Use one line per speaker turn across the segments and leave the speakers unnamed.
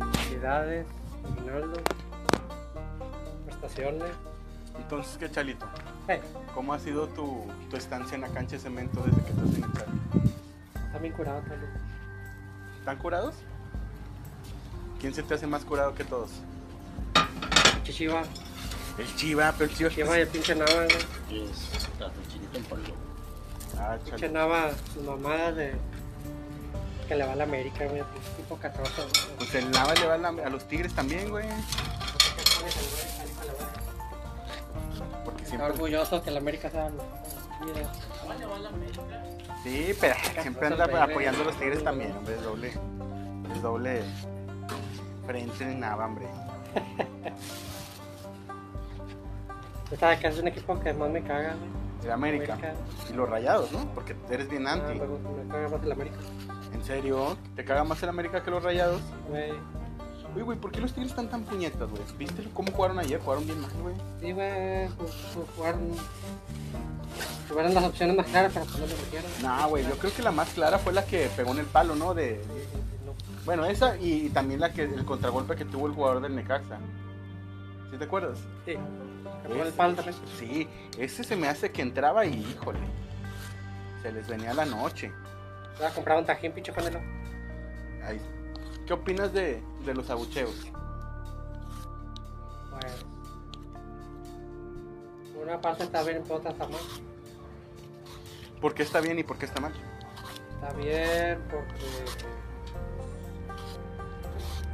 Felicidades, Rinaldo. Prestaciones.
Entonces, ¿qué Chalito?
Eh,
¿Cómo ha sido tu, tu estancia en la cancha de cemento desde que estás en el Chalito?
está bien curado, Tolu.
¿Están curados? ¿Quién se te hace más curado que todos?
Chichiva,
El Chiva, pero el Chiva...
Chichiva de pinche Nava, güey.
Es tras el chinito en polvo.
Ah,
Pinche
Chalito.
Nava, sus mamadas de. que le va a la América, güey. Pinche tipo catroso, güey.
Pues el Nava le va a, la- a los Tigres también, güey. Porque
Está
siempre...
orgulloso que la América sea. güey. Mira,
Sí, pero siempre anda apoyando a los Tigres también, hombre. Es doble... Es doble... Frente en Nava, hombre.
Tú sabes que es un equipo que más me caga, güey.
El América. Y los rayados, ¿no? Porque eres bien
Ah,
anti.
me gusta- me caga más el América,
¿En serio? ¿Te caga más el América que los rayados?
güey.
Uy, güey, ¿por qué los Tigres están tan puñetas, güey? ¿Viste cómo jugaron ayer? Jugaron bien mal, güey.
Sí, güey, ju- ju- jugaron. Tuvieron las opciones más claras, pero pues no lo metieron.
Nah, güey, yo creo que la más clara fue la que pegó en el palo, ¿no? De,
No,
bueno, esa y también la que el contragolpe que tuvo el jugador del Necaxa. ¿Sí te acuerdas?
Sí. Cambió el palo también.
Sí, ese se me hace que entraba y, híjole, se les venía la noche.
Voy a comprar un tajín, pinche panelo.
Ahí. ¿Qué opinas de, de los abucheos?
Pues. por Pues, Una parte está bien, por otra está mal.
¿Por qué está bien y por qué está mal?
Está bien porque. pues,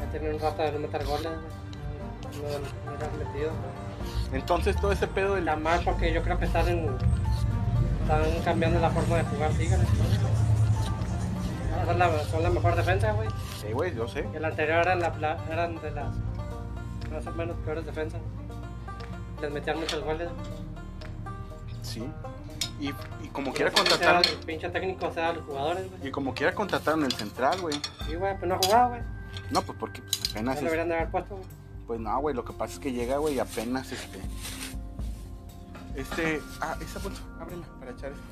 Ya tenía un rato de no meter goles, güey. no, no lo han metido.
Entonces todo ese pedo del...
Está mal porque yo creo que están, en- están cambiando la forma de jugar Tigres. Ahora Son la, son la mejor defensa, güey.
Sí, güey, yo sé.
Y el anterior eran, la, la- eran de las más o menos peores defensas. Les metían muchos goles.
Sí. Y, y como quiera
Sea
contrataron...
El pinche técnico sea los jugadores, güey.
Y como quiera contrataron el central, güey.
Sí, güey, pues no jugaba, güey.
No, pues porque pues,
No
apenas...
lo
es-
deberían de haber puesto, güey.
Pues no, güey, lo que pasa es que llega, güey, y apenas este. Este. Ah, esa bolsa, ábrela para echar esto.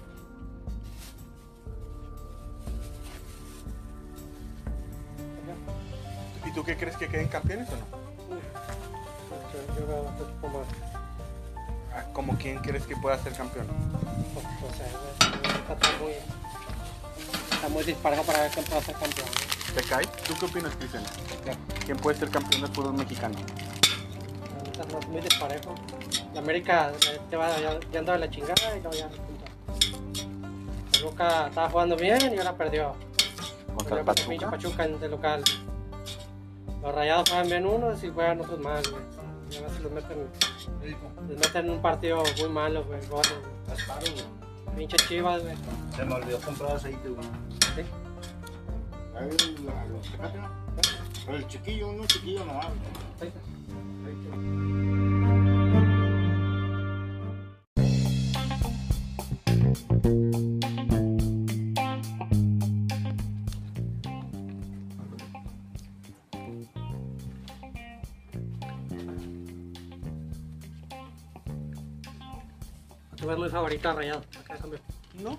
¿Y tú qué crees que queden campeones o no?
Pues Yo, yo veo otro equipo más.
Ah, ¿Como quién crees que pueda ser campeón?
Pues, o sea, güey, ahorita está muy. Está muy disparado para ver quién puede ser campeón. güey.
¿Te cae? ¿Tú qué opinas, Cristian? ¿Quién puede ser campeón del fútbol mexicano?
Ahorita está muy disparejo. La América eh, te va ya, ya andaba de la chingada y luego ya. Toluca estaba jugando bien y ahora perdió.
Contra
Pero
el
pues, pinche
Pachuca.
Pachuca en de local. Los rayados juegan bien unos y juegan otros mal, güey. Y a veces les meten, les meten un partido muy malo, güey. Goles, güey.
Gasparo, güey.
Pinche chivas, güey.
Se me olvidó comprar aceite, güey.
Sí.
Ahí, a los tecate, ¿no? Pero el chiquillo, uno chiquillo nomás. güey.
Ahí está. Tu es muy favorito a Rayado, acá cambio.
No.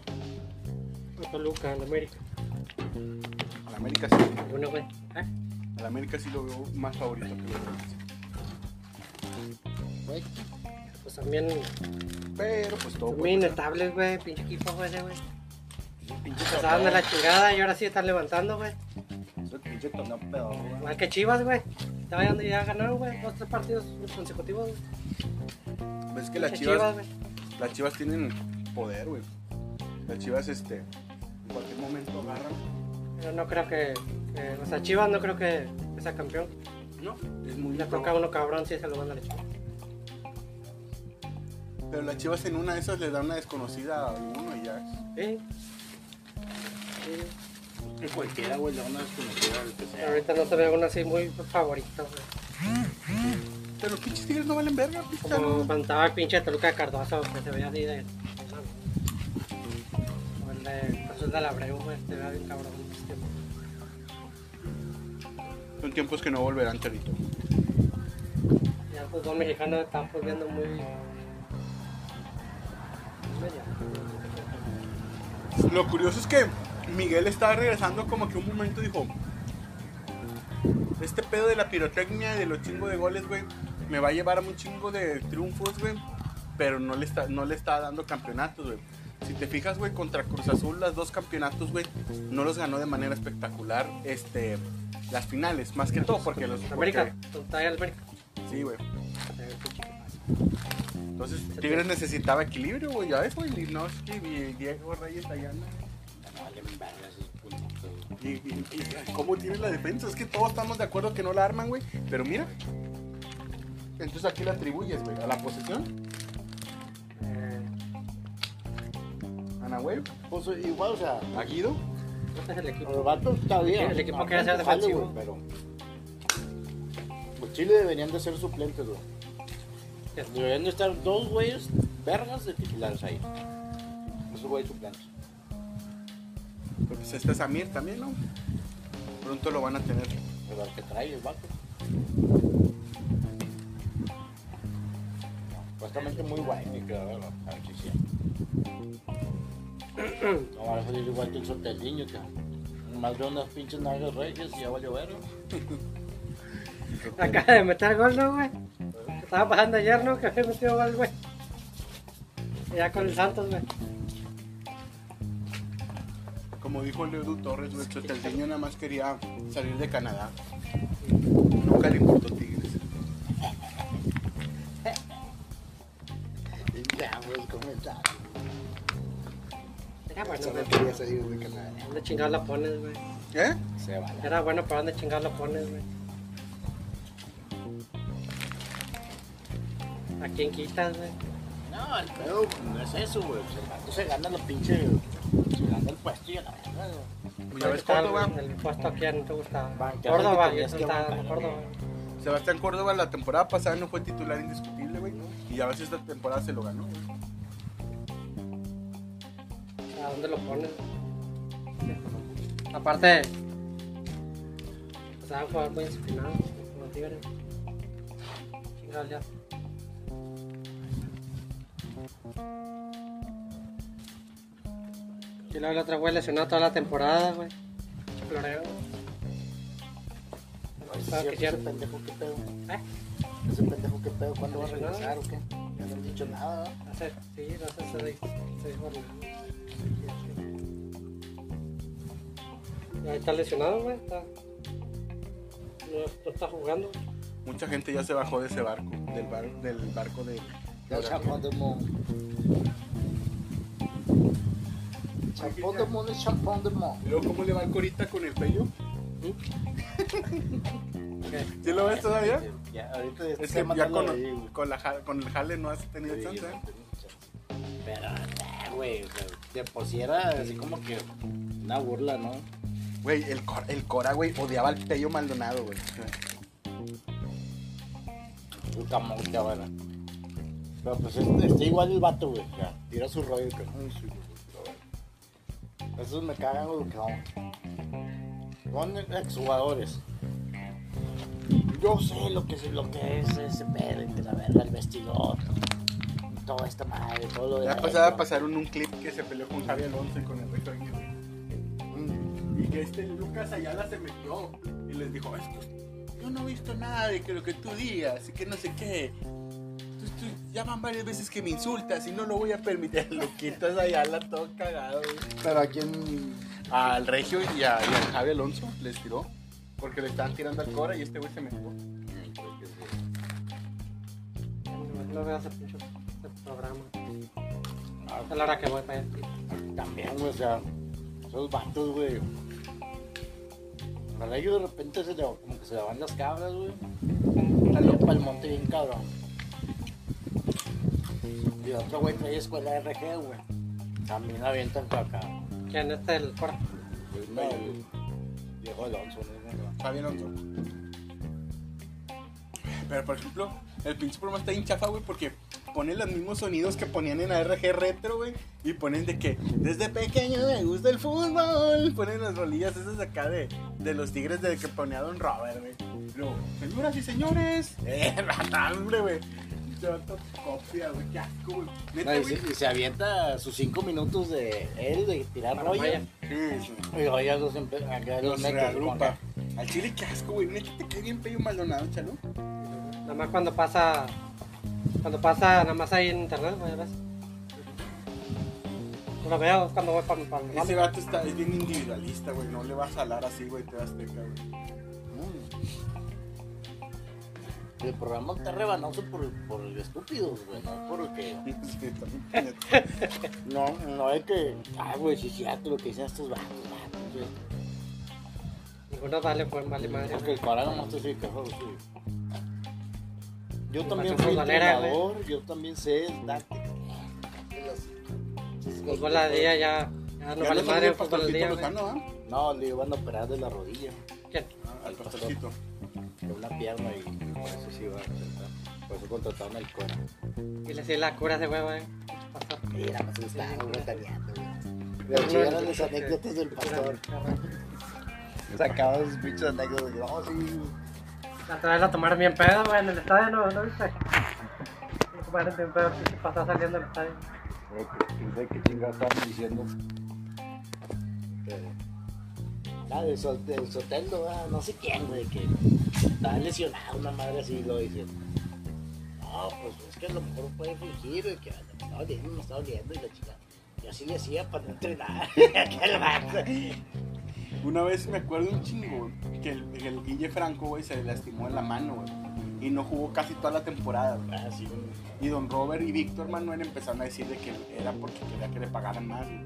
A Toluca, en América.
Al América sí.
Uno, güey. ¿Eh?
Al América sí lo veo más favorito que los demás.
Güey,
Pues también
Pero pues todo.
son muy
puede pasar.
inestables, güey. Pinche equipo, güey, ese, güey.
Pinche
Estaban de
torneo.
la chingada y ahora sí están levantando, güey.
Ese pinche torneo pedo, güey.
Igual que Chivas, güey. Estaban donde ya ganaron, güey. Dos, tres partidos consecutivos, güey.
Ves que las
Pinche
chivas.
güey.
Las chivas tienen poder, güey. Las chivas, este, en cualquier momento agarran.
Pero no creo que, que- O sea, Chivas no creo que, que sea campeón.
No, es muy
Le toca a uno cabrón si se lo manda a la Chivas.
Pero las chivas en una de esas le da una desconocida a uno y ya.
Sí. Sí.
Que cualquiera, güey, le van a desconocer al que
Pero
sea.
ahorita no se ve uno así muy favorito, güey.
Pero los pinches tigres no valen verga, pista,
Como
¿no?
cuando estaba el pinche Toluca de Cardoso, que se veía así de. O el de Jesús de la Abreu, güey. Se veía bien cabrón. este.
Son tiempos que no volverán, Terito.
Ya el fútbol mexicano está volviendo muy.
Lo curioso es que Miguel estaba regresando como que un momento dijo, este pedo de la pirotecnia, de los chingos de goles, güey, me va a llevar a un chingo de triunfos, güey, pero no le está, no le está dando campeonatos, güey. Si te fijas, güey, contra Cruz Azul, las dos campeonatos, güey, no los ganó de manera espectacular, este, las finales, más que todo, porque los...
América, total América. eh,
porque- sí, güey. Entonces, Tigres necesitaba equilibrio, güey, ya ves, güey, Limnoski y Diego Reyes allá,
No, valen verga esos puntos.
Y, y- y cómo tiene la defensa. Es que todos estamos de acuerdo que no la arman, güey. Pero mira. Entonces aquí la atribuyes, güey. A la posesión.
Eh,
A Nahuel.
Pues igual, o sea,
A Guido.
este es el
a
equipo.
los vatos está bien.
El equipo
no,
quiere ser
no jale,
defensivo.
güey, Pero. Pues Chile deberían de ser suplentes, güey. Deberían de estar dos güeyes vergas de titulares ahí. Esos güeyes suplentes.
Pero pues está Samir también, ¿no? Pronto lo van a tener.
A ver qué trae el vato. Supuestamente muy guay, mi creador. A ver si es cierto. No va a salir igual que el soteldiño, que más de unas pinches nalgas regias y ya valió verga.
Acaba de meter gol, ¿no, güey? Estaba pasando ayer, ¿no? Que había metido gol, güey. Ya con el Santos, güey.
Como dijo Leudo Torres, güey. Chotelteño nada más quería salir de Canadá. Nunca le importó Tigres.
Ya, güey, comentar.
Era bueno,
Solo
güey.
quería salir de Canadá.
¿Dónde chingados la pones, güey?
¿Eh?
Se vale.
Era bueno, pero ¿dónde chingados la pones, güey? ¿A quién quitas, güey?
No, el pedo no es eso, güey. El vato se gana los pinches. Se gana el puesto y a la verga, güey.
Ya ves Córdoba.
El puesto aquí no te gustaba.
Va, ya sé
Córdoba,
que
yo
tenías que
estaba
aguantar,
Córdoba.
Sebastián Córdoba la temporada pasada no fue titular indiscutible, güey. Y ya ves esta temporada se lo ganó, güey.
¿A dónde lo pones? Aparte, o sea, un jugador muy disciplinado, como Tigres. Chingados ya. Y luego la otra güey lesionó toda la temporada, güey. Floreo.
Oye,
Ah,
sí,
que
ese
cierto.
pendejo, qué pedo.
¿Eh?
Ese pendejo, qué pedo. ¿Cuándo va a regresar o qué? Ya no han dicho nada. ¿no?
Hace, sí, hace seis, seis jornadas. Y ahí está lesionado, güey. Está... No, no está jugando.
Mucha gente ya se bajó de ese barco, del, bar- del barco de...
Ya champón de mon. Champón de mon es champón de mon.
¿Y luego cómo le va el corita con el pello?
Ok.
¿Sí lo ves todavía?
Ya, ahorita ya
Es
estoy
que ya
mandándole ahí, güey.
con, con, la ja- con el jale no has tenido
Sí,
chance.
no
¿eh?
tengo chance. Pero, nah, güey, o sea, de por sí era así como que una burla, ¿no?
Güey, el, Cor- el Cora, güey, odiaba al pello Maldonado, güey.
Puta monja, bueno. Pero pues este- está igual el vato, güey. ya, Tira su rollo, que no es suyo, güey. Esos me cagan, güey, cabrón. Son exjugadores. Yo sé lo que, es- lo que es ese pedo, y que la verga, el vestidor. y Toda esta madre, todo lo de.
La pasada pasaron un clip que se peleó con Javi Alonso y con el Beto Aguirre.
mm,
Y que este Lucas Ayala se metió y les dijo, "Es que yo no he visto nada de que lo que tú digas y que no sé qué. Tú- tú- ya van varias veces que me insultas y no lo voy a permitir. Luquitas Ayala todo cagado, güey.
Pero a quién.
al Regio y, a, y al Javi Alonso les tiró. Porque le estaban tirando al Cora y este güey se metió.
No veas el pinche ese programa. Es la hora que voy para allá.
También, güey, o sea, esos vatos, güey. La yo de repente se le, como que se le van las cabras, güey. Salió para el monte bien cabrón. Y el otro güey trae escuela RG, güey. También la avientan para acá.
¿Quién este el Cora?
Pues no, güey. Diego Alonso, ¿no?
Javi Alonso. Pero por ejemplo, el pinche programa está bien chafa, güey, porque ponen los mismos sonidos que ponían en ARG Retro, güey. Y ponen de que desde pequeño me gusta el fútbol. Ponen las rolillas esas de acá de, de los tigres de que ponía Don Robert, güey. Y Luego, señoras y señores. Eh, rata, hombre, güey. Yo to- copia, güey, qué asco, güey. Neta,
No, y,
güey.
se, y se avienta sus cinco minutos de él de tirar
Para
Ah,
rollo.
Maya.
Sí, sí.
Y luego ya los, empe- acá los
Los
metes,
reagrupa.
como que,
Al chile, qué asco, güey. Neta, te cae bien Pello Maldonado, chalo.
Nada más cuando pasa. Cuando pasa, nada más ahí en internet, güey, ¿ves? No lo veo es cuando voy para mi
Ese vato está, es bien individualista, güey. No le vas a hablar así, güey. Te vas a güey.
Mm. El programa está rebanoso por, por el estúpido, güey, no por el que.
Sí, está bien puñetón.
No, no es que. Ah, güey, sí, es cierto lo que dicen estos vatos, vatos, güey.
Ninguno vale, pues, vale madre.
Porque el cabrón nomás te sigue quejado, oh, sí. Yo
Me
también
pasó
fui
futbolera, güey.
entrenador, yo también sé táctica.
Fútbol al Pues, día ya. Ya no
Ya
vale
le
madre
salió
el fútbol
el
al
pastorcito
día, güey.
Lozano, ¿ah?
No, le iban a operar de la rodilla,
¿Quién?
Ah, Al pastorcito.
de una pierna y por eso sí iba a presentar. Por eso contrataron al cuerpo.
Y le hacía la cura de huevo, eh. Pastor.
Mira, pues está ventaneando, güey.
No,
Pero
no,
chidas
no,
las
no,
anécdotas del
no,
pastor.
no.
Sacaba sus pinches anécdotas. No, sí.
La otra vez la tomaron bien pedo, güey, en el estadio, ¿no? ¿No viste? La tomaron bien pedo, pinche pastor saliendo del estadio.
Creo que- ¿Quién sabe qué chingada estaban diciendo?
Pero,
Ah, de, Sol- de Soteldo, ah, no sé quién, güey, que estaba lesionado, una madre así, lo dice. No, pues es que a lo mejor puede fingir, güey, que me está oliendo, me está oliendo, y la chica. Yo así le hacía para no entrenar. ¡Qué levanta!
Una vez me acuerdo un chingo, güey, que el, que el Guille Franco, güey, se lastimó en la mano, güey. Y no jugó casi toda la temporada, güey.
Así,
Y don Robert y Víctor Manuel empezaron a decir de que era porque quería que le pagaran más. güey.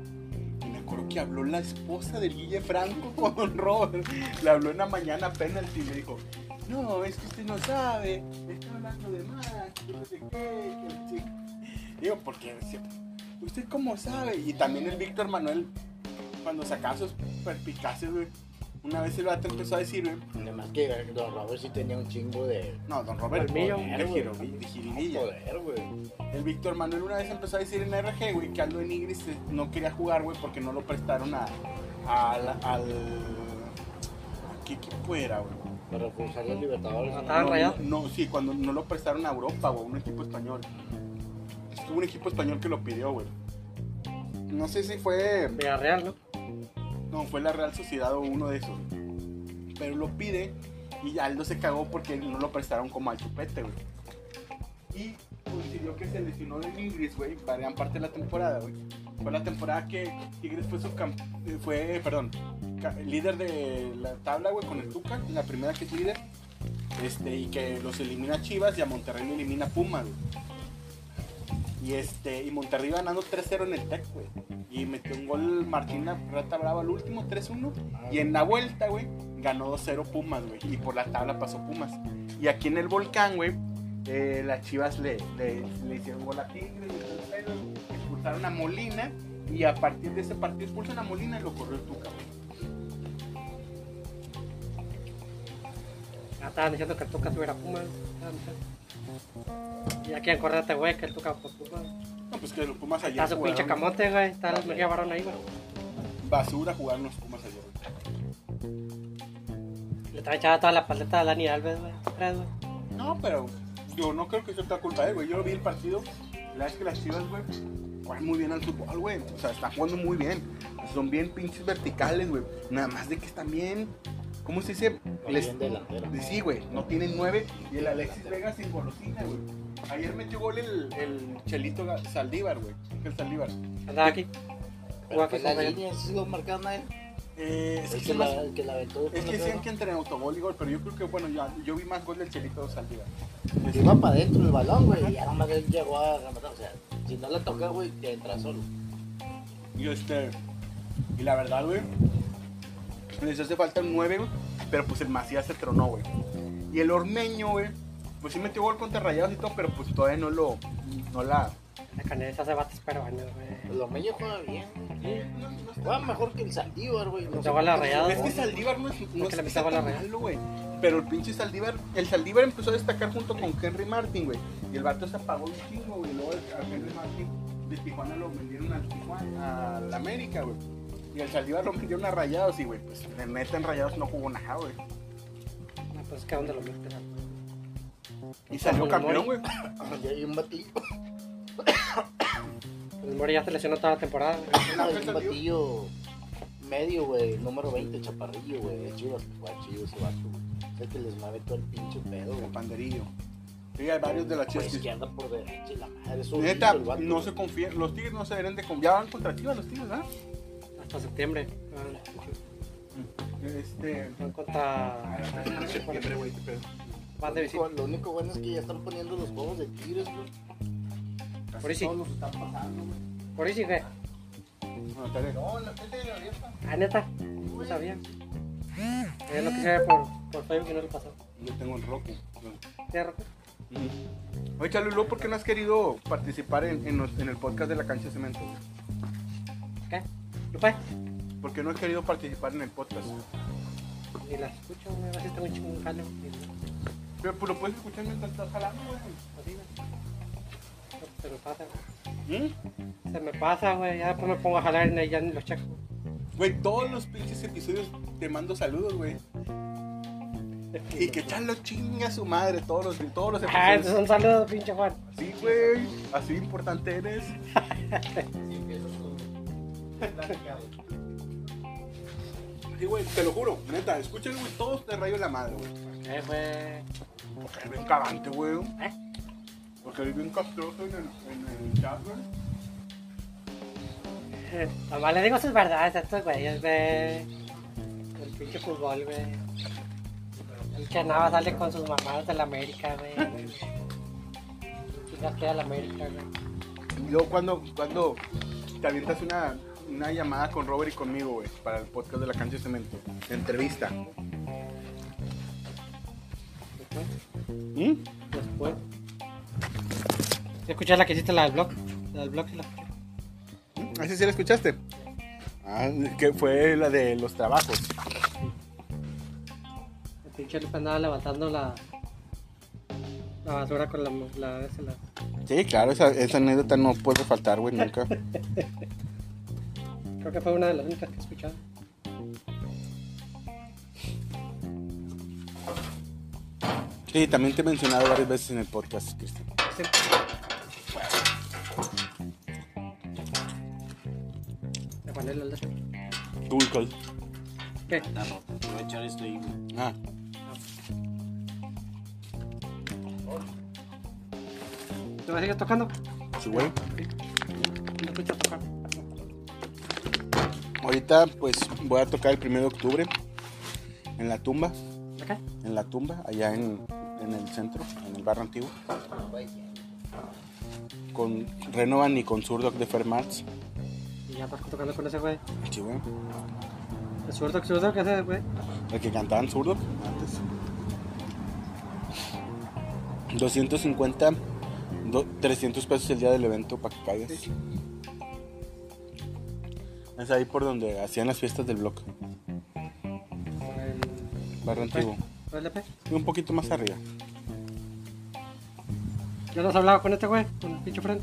Y me acuerdo que habló la esposa del Guille Franco con don Robert. Le habló en la mañana apenas y le dijo, no, es que usted no sabe, está hablando de más, que no sé qué, que el chico". Digo, porque siempre, usted cómo sabe. Y también el Víctor Manuel, cuando sacaba sus perpicaces, güey, una vez el vato empezó a decir, güey,
Además que Don Robert sí tenía un chingo de.
no, don Robert, de,
Colmillo.
giro- de girinilla.
Poder, güey.
El Víctor Manuel una vez empezó a decir en RG, güey, que Aldo Enigris eh, no quería jugar, güey, porque no lo prestaron a, al... al... ¿a ¿Qué equipo era, güey?
Para reforzar los Libertadores.
Ah,
¿no?
Ah,
no,
Rayados.
No, no, sí, cuando no lo prestaron a Europa, güey, un equipo español. Es que hubo un equipo español que lo pidió, güey. No sé si fue...
Villarreal, ¿no?
No, fue la Real Sociedad o uno de esos. Pero lo pide y Aldo se cagó porque no lo prestaron como al chupete, güey. Y coincidió que se lesionó de Ingris, güey, para gran parte de la temporada, güey. Fue la temporada que Tigres fue, subcam- eh, fue eh, perdón, ca- líder de la tabla, güey, con el Tuca, la primera que es líder. Este, y que los elimina Chivas y a Monterrey lo elimina Pumas, güey. Y este, y Monterrey iba ganando 3-0 en el TEC, güey. Y metió un gol Martín La Rata Brava al último, 3-1. Y en la vuelta, güey, ganó 2-0 Pumas, güey. Y por la tabla pasó Pumas. Y aquí en el volcán, güey, eh, las chivas le, le, le hicieron gol a Tigres, le hicieron pedo, expulsaron a Molina. Y a partir de ese partido expulsan a Molina y lo corrió el Tuca, güey.
Ya estaban Ah, diciendo que el Tuca subiera a Pumas. estaban diciendo. Y aquí en Correa, este güey, que el Tuca por Pumas.
No, pues que los Pumas ayer.
Está su
jugaron
pinche camote, güey. Está el Mejía Barón ahí, güey.
Basura jugaron los Pumas ayer, güey.
Le está echada toda la paleta a Dani Alves, güey. ¿Tú crees, güey?
No, pero yo no creo que sea toda culpa de él, güey. Yo vi el partido, la verdad es que las chivas, güey, juegan muy bien al fútbol, güey. O sea, están jugando muy bien. Son bien pinches verticales, güey. Nada más de que están bien. ¿Cómo se dice? Les-
Bien delantero.
Sí, güey, no tienen nueve. Y el Alexis Vega sin golosina, güey. Ayer metió gol el, el Chelito Ga- Saldívar, güey. El Saldívar.
Andaba aquí. Jugó
Pero
aquí
pues
con
la
Rayos.
línea, sí lo marcaron a él.
Eh, es que,
El
se
que
me hace-
la, el que la aventó. pues,
es que
con el
decían
dedo.
que entre autogol y gol, pero yo creo que, bueno, ya- yo vi más gol del Chelito Saldívar.
Se Pues iba para adentro el balón, güey, y ya nomás él llegó a rematar. O sea, si no la toca, güey, te entra solo.
Y este. Y la verdad, güey. Les hace falta un 9, güey. Pero pues el Macías se tronó, güey. Y el Ormeño, güey. Pues sí metió gol contra Rayados y todo, pero pues todavía no lo. No la.
La caneta se bate peruanos, güey.
El Omeño juega bien, güey. Juega mejor que el Saldívar, güey.
Te
sé
va la
por qué
rayada,
Es
jugó.
que Saldívar no es. No
Porque
es
le
que
metaba
sea tan
la red.
malo, güey. Pero el pinche Saldívar. El Saldívar empezó a destacar junto con Henry Martin, güey. Y el vato se apagó un chingo, güey. Luego el- a Henry Martin de Tijuana lo vendieron al Tijuana. Al América, güey. Y el Saldívar lo vendieron a Rayados y, güey, pues de neta en Rayados no jugó nada, güey.
No, pues que a dónde lo metes.
Y salió campeón, güey.
Y hay un batillo,
El Pues, Mori ya se lesionó toda la temporada, güey.
la
hay
frente
un
al tío.
batillo medio, güey, número 20, chaparrillo, güey. Es chido, güey, chido ese vato, güey. Es el que les mueve todo el pinche pedo,
El
güey.
panderillo. Sí, hay varios de las
Por
chivas que-
izquierda, por derecha, y la madre. Es un
Neta,
el vato,
no
güey.
se confían. Los Tigres no se deben de confiar. Ya van contra Chivas los Tigres, ¿verdad?
Hasta septiembre. Ah,
Este.
Van contra. Van de
Lo único-
visita.
Lo único bueno es que ya están poniendo los juegos de tires, güey.
Por ahí sí.
Todos los están pasando, güey.
Por ahí sí, güey.
Bueno, tal vez.
No, la gente de la orienta.
Ah, neta. No sabía. Es lo que se ve por, por Facebook que no le pasó. pues.
Yo tengo el Roku.
¿Te Roque?
Oye, Chalulo, ¿por qué no has querido participar en, en los- en el podcast de la cancha de cemento?
¿Qué? Lupe.
¿Por qué no has querido participar en el podcast?
Ni la escucho, güey. Así tengo un chingo de jale. güey.
Pero pues, lo puedes escuchar mientras estás jalando, güey.
Así, güey. No, Se me pasa, güey.
¿Mm?
Se me pasa, güey. Ya después me pongo a jalar y ya ni los checo.
Güey, todos los pinches episodios te mando saludos, güey. Y que Chalo chinga a su madre todos los, todos los
Ah, entonces
episodios.
un saludo, pinche Juan.
Sí, güey. Así de importante eres. Sí, güey, te lo juro, neta, escúchalo, güey, todos te rayo la madre, güey.
Eh, güey.
Porque eres bien cagante, güey.
¿Eh?
Porque eres bien castroso en el, en el chat, güey.
Nomás le digo sus verdades a estos güeyes, güey. El pinche fútbol, güey. El que nada sale con sus mamadas de la América, güey. Chingas que era la América, güey.
Y luego cuando, cuando te avientas una, una llamada con Robert y conmigo, güey, para el podcast de la cancha de cemento. Entrevista.
Después,
¿Mm?
después. ¿Sí escuché la que hiciste, la del blog? La del blog sí la escuché.
¿Así ¿Mm? sí la escuchaste? Ah, que fue la de los trabajos.
El pinche Lupe pues, andaba levantando la... La basura con la... la, esa, la-
Sí, claro, esa, esa anécdota no puede faltar, güey, nunca.
Creo que fue una de las únicas que he escuchado.
Sí, también te he mencionado varias veces en el podcast, Cristian.
Sí. La panela, la-
Tú, Col.
¿Qué?
Voy a echar esto ahí, güey.
Ah.
¿Te vas a seguir tocando?
Sí, güey.
No te echo a tocar.
Ahorita, pues, voy a tocar el 1 de octubre en la tumba,
¿Acá?
en la tumba, allá en, en el centro, en el barrio antiguo. Con Renovan y con Zurdoc de Fermats.
Y ya estás tocando con ese güey.
Sí, güey.
El zurdo, el zurdo, ¿qué hace, güey?
El que cantaban zurdo antes. 250, do- 300 pesos el día del evento para que caigas. Es ahí por donde hacían las fiestas del bloque,
Con el.
barrio antiguo.
¿Con el EP?
Y un poquito más arriba.
¿Ya no has hablado con este güey? ¿Con el pinche Fran?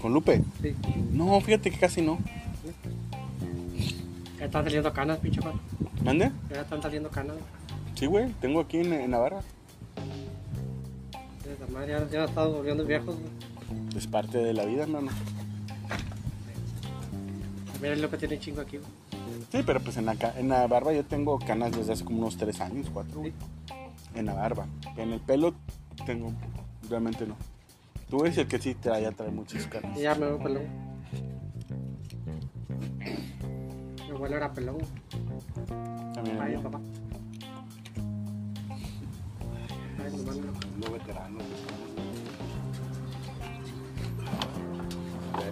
¿Con Lupe?
Sí.
No, fíjate que casi no.
Ya están saliendo canas, pinche Fran.
¿Mande?
Ya están saliendo canas.
Sí, güey, tengo aquí en, en Navarra.
De la madre, ya, ya estamos volviendo viejos, güey.
Es parte de la vida, hermano.
Mira lo que tiene un chingo aquí, güey.
Sí, pero pues en la, ca- en la barba yo tengo canas desde hace como unos 3 años, 4, güey. En la barba. En el pelo tengo, realmente no. Tú eres el que sí trae, ya trae muchas canas.
Y ya me veo pelón. Mi abuelo era pelón.
También el
Ay,
mío.
papá. Ay, mi hermano.
Lo veterano.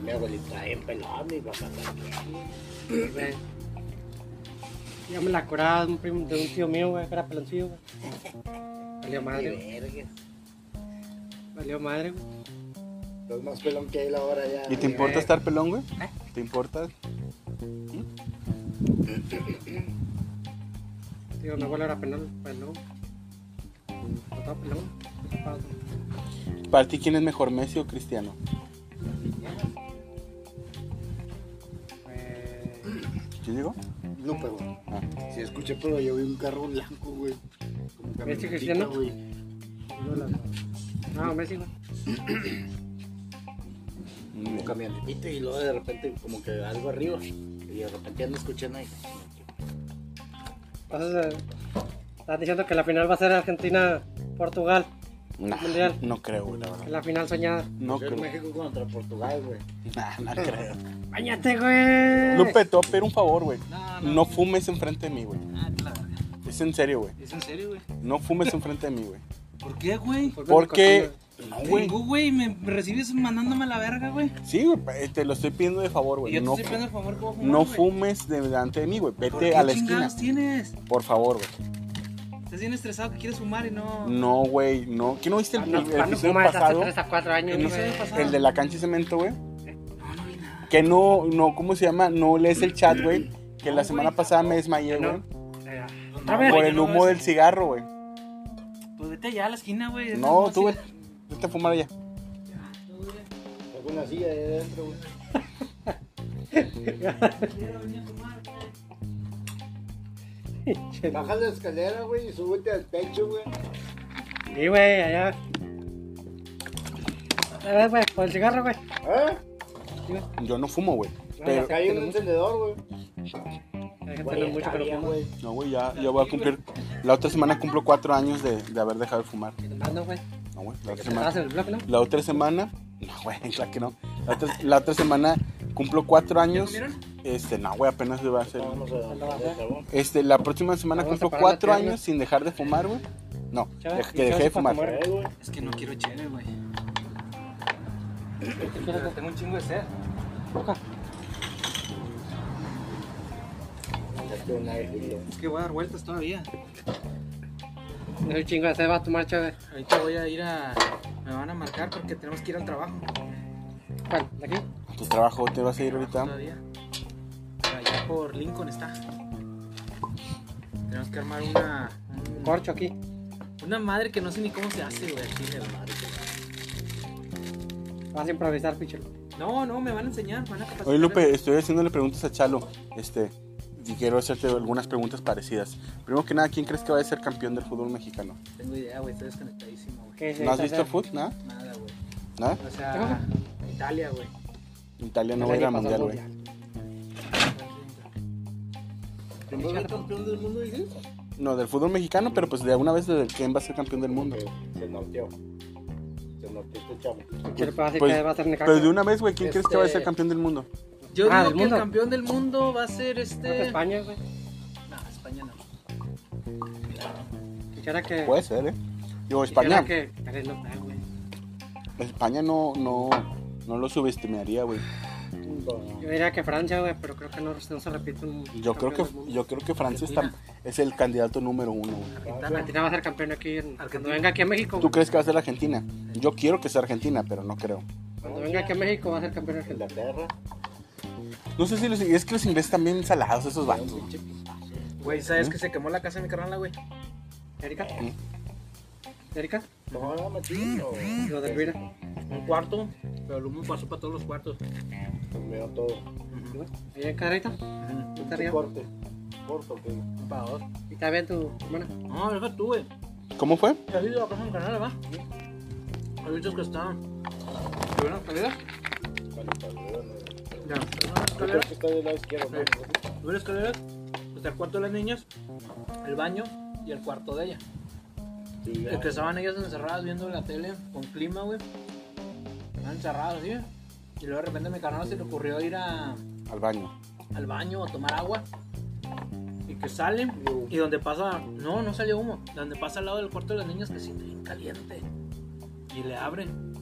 Mi abuelita en pelón, mi papá también.
Güey. Ya me la curaba de un, primo, de un tío mío, güey, que era peloncillo, güey. Valió madre, güey.
Qué verga.
Valió madre, güey.
Los más pelón que hay la hora ya.
¿Y te
Eh.
importa estar pelón, güey? ¿Te importa?
Digo, mi abuelo era pelón, pelón. No estaba pelón. ¿qué pasa?
¿Para ti quién es mejor, Messi o Cristiano?
Eh,
¿Yo digo?
Lupe, güey.
Ah.
Sí, escuché, pero yo vi un carro blanco, güey. Como camionetita,
¿Este
Cristiano?
güey.
no, la- no, Messi, güey.
Muy bien.
Como camionetita y luego de repente como que algo arriba. Y Y de repente ando escuchando y
Entonces, eh, estás diciendo que la final va a ser Argentina-Portugal.
Nah,
Mundial.
no creo, güey, la verdad.
La final soñada.
No
Yo en
creo.
México contra Portugal, güey.
Nah, no creo.
¡Báñate, güey!
Lupe, te voy a pedir un favor, güey.
No, no.
No fumes enfrente de mí, güey.
Ah, la verga.
Es en serio, güey.
¿Es en serio, güey?
No fumes enfrente de mí, güey.
¿Por qué, güey?
Por-
Porque. No, güey.
Tengo, güey, me me recibes mandándome a la verga, güey.
Sí, güey, eh, te lo estoy pidiendo de favor,
Y
güey.
yo te
No,
estoy pidiendo el favor cómo
no fumes de- delante de mí, güey.
¿Por qué
Vete a la esquina.
chingados tienes?
Por favor, güey.
Estás bien estresado que quieres fumar y no...
No, güey, no. ¿Qué no viste
Ah,
el,
No,
el
cuando
episodio
fumas hace
pasado?
3 a 4
El
años,
episodio
güey.
pasado.
El de la cancha de cemento, güey.
Eh, No, no vi nada.
Que no, no, ¿cómo se llama? No lees el chat, güey. Que la
No,
semana
güey.
pasada me desmayé,
No.
güey.
Eh,
No,
A ver.
güey,
Por
yo
el
no
humo
veo
del
eso.
cigarro, güey.
Pues vete allá a la esquina, güey. Es
No,
más
tú, güey.
fácil.
Vete a fumar allá.
Tengo una silla ahí adentro, güey. Baja la escalera, güey, y súbete al techo, güey.
Sí, güey, allá. A ver, güey, por el cigarro, güey.
¿Eh?
Yo no fumo, güey.
Pero-
Acá hay un encendedor, güey.
Hay gente no
Güey,
mucho
está
que no
bien,
fuma.
güey.
No, güey, ya, ya voy a cumplir. La otra semana cumplo cuatro años de, de haber dejado de fumar.
Ah, No, no, güey.
No, güey. La otra
Te
semana.
vas en el bloque, ¿no?
La otra semana. No, güey, claro que no. La otra, la otra semana cumplo cuatro años.
comieron?
Este, no, güey, apenas va a hacer.
Vamos a
lo bajé.
ver.
Este, la próxima semana
Vamos a
cumplo
parar la
cuatro
pierna.
años sin dejar de fumar, güey. No,
Chava,
dej-
¿y
que
qué
dejé de
haces para
fumar.
tomar?
Es que no quiero chévere, güey.
Yo quiero que tengo un chingo de sed.
Es que voy a dar vueltas todavía.
Tengo un chingo de sed, vas a tomar chave.
Ahorita voy a ir a... Me van a marcar porque tenemos que ir al trabajo.
¿Cuál? ¿De aquí?
Tu trabajo te vas a ir ahorita.
Todavía. Allá por Lincoln está. Tenemos que armar una... un-
Corcho aquí.
Una madre que no sé ni cómo se hace, güey. al chile, la madre.
Vas a improvisar, pichel.
No, no, me van a enseñar, van a capacitar.
Oye, Lupe, estoy haciéndole preguntas a Chalo. Este, y quiero hacerte algunas preguntas parecidas. Primero que nada, ¿quién crees que va a ser campeón del fútbol mexicano?
No tengo idea, güey, estoy desconectadísimo, güey.
¿Qué es
¿No has
esa
visto
sed?
el fútbol? ¿Nada?
Nada, güey.
¿Nada?
O sea, Italia, güey.
Italia no
El
va a ir
año
al
pasado
mundial, güey.
mundial.
¿Quién va a ser campeón del mundo, dices?
No, del fútbol mexicano, pero pues de alguna vez desde quién va a ser campeón del mundo.
Se norteó. Se norteó este chavo.
Pichel, pues, así
Pues-
que va a ser Necaxa.
Pero de una vez, güey, ¿quién crees que va a ser
Este-
campeón del mundo?
Yo
Ah, ¿del
digo que
mundo?
el campeón del mundo va a
Creo
ser
que
este.
España, güey.
No, España no.
Quisiera que...
Puede ser, ¿eh? Digo,
quisiera
España.
que... Pero no, ah, güey.
España no, no, no lo subestimaría, güey.
Yo diría que Francia, güey, pero creo que no, no se repite un...
Yo creo
campeón
que
del mundo.
yo creo que Francia está- es el candidato número uno. güey.
Argentina.
Argentina va a ser campeón aquí. en- Cuando
Argentina.
venga aquí a México,
¿Tú
güey.
crees que va a ser Argentina? Yo quiero que sea Argentina, pero no creo.
Cuando venga aquí a México va a ser campeón Argentina.
Inglaterra.
No sé si los, es que los ingleses están bien salados esos vatos. güey.
Güey, ¿sabes que se quemó la casa de mi carnal, güey?
¿Erika?
Sí.
¿Erika?
¿Cómo va a meter?
Lo de Elvira.
Un cuarto, pero el humo pasó para todos los cuartos.
Primero todo.
Ujú.
¿Y en carita?
Ujú.
¿No te rías?
Corte. Corto, güey.
Un pagador.
¿Y está bien tu hermana?
No, deja tú, güey.
¿Cómo fue?
¿Te has ido a la casa de mi carnal, va? Hay bichos que están. ¿Te hubieran salido?
Vale, cabrón, eh.
Ya.
Yo creo que está del lado izquierdo, ¿no?
Dos escaleras, pues el cuarto de las niñas, el baño y el cuarto de ella.
Sí,
El
ya.
que estaban ellas encerradas viendo la tele con clima, güey. Estaban encerradas, ¿sí? Y luego de repente a mi carnal se le ocurrió ir a-
Al baño.
al baño a tomar agua. Y que sale, y donde pasa, no, no salió humo, donde pasa al lado del cuarto de las niñas que siente bien caliente. Y le abren.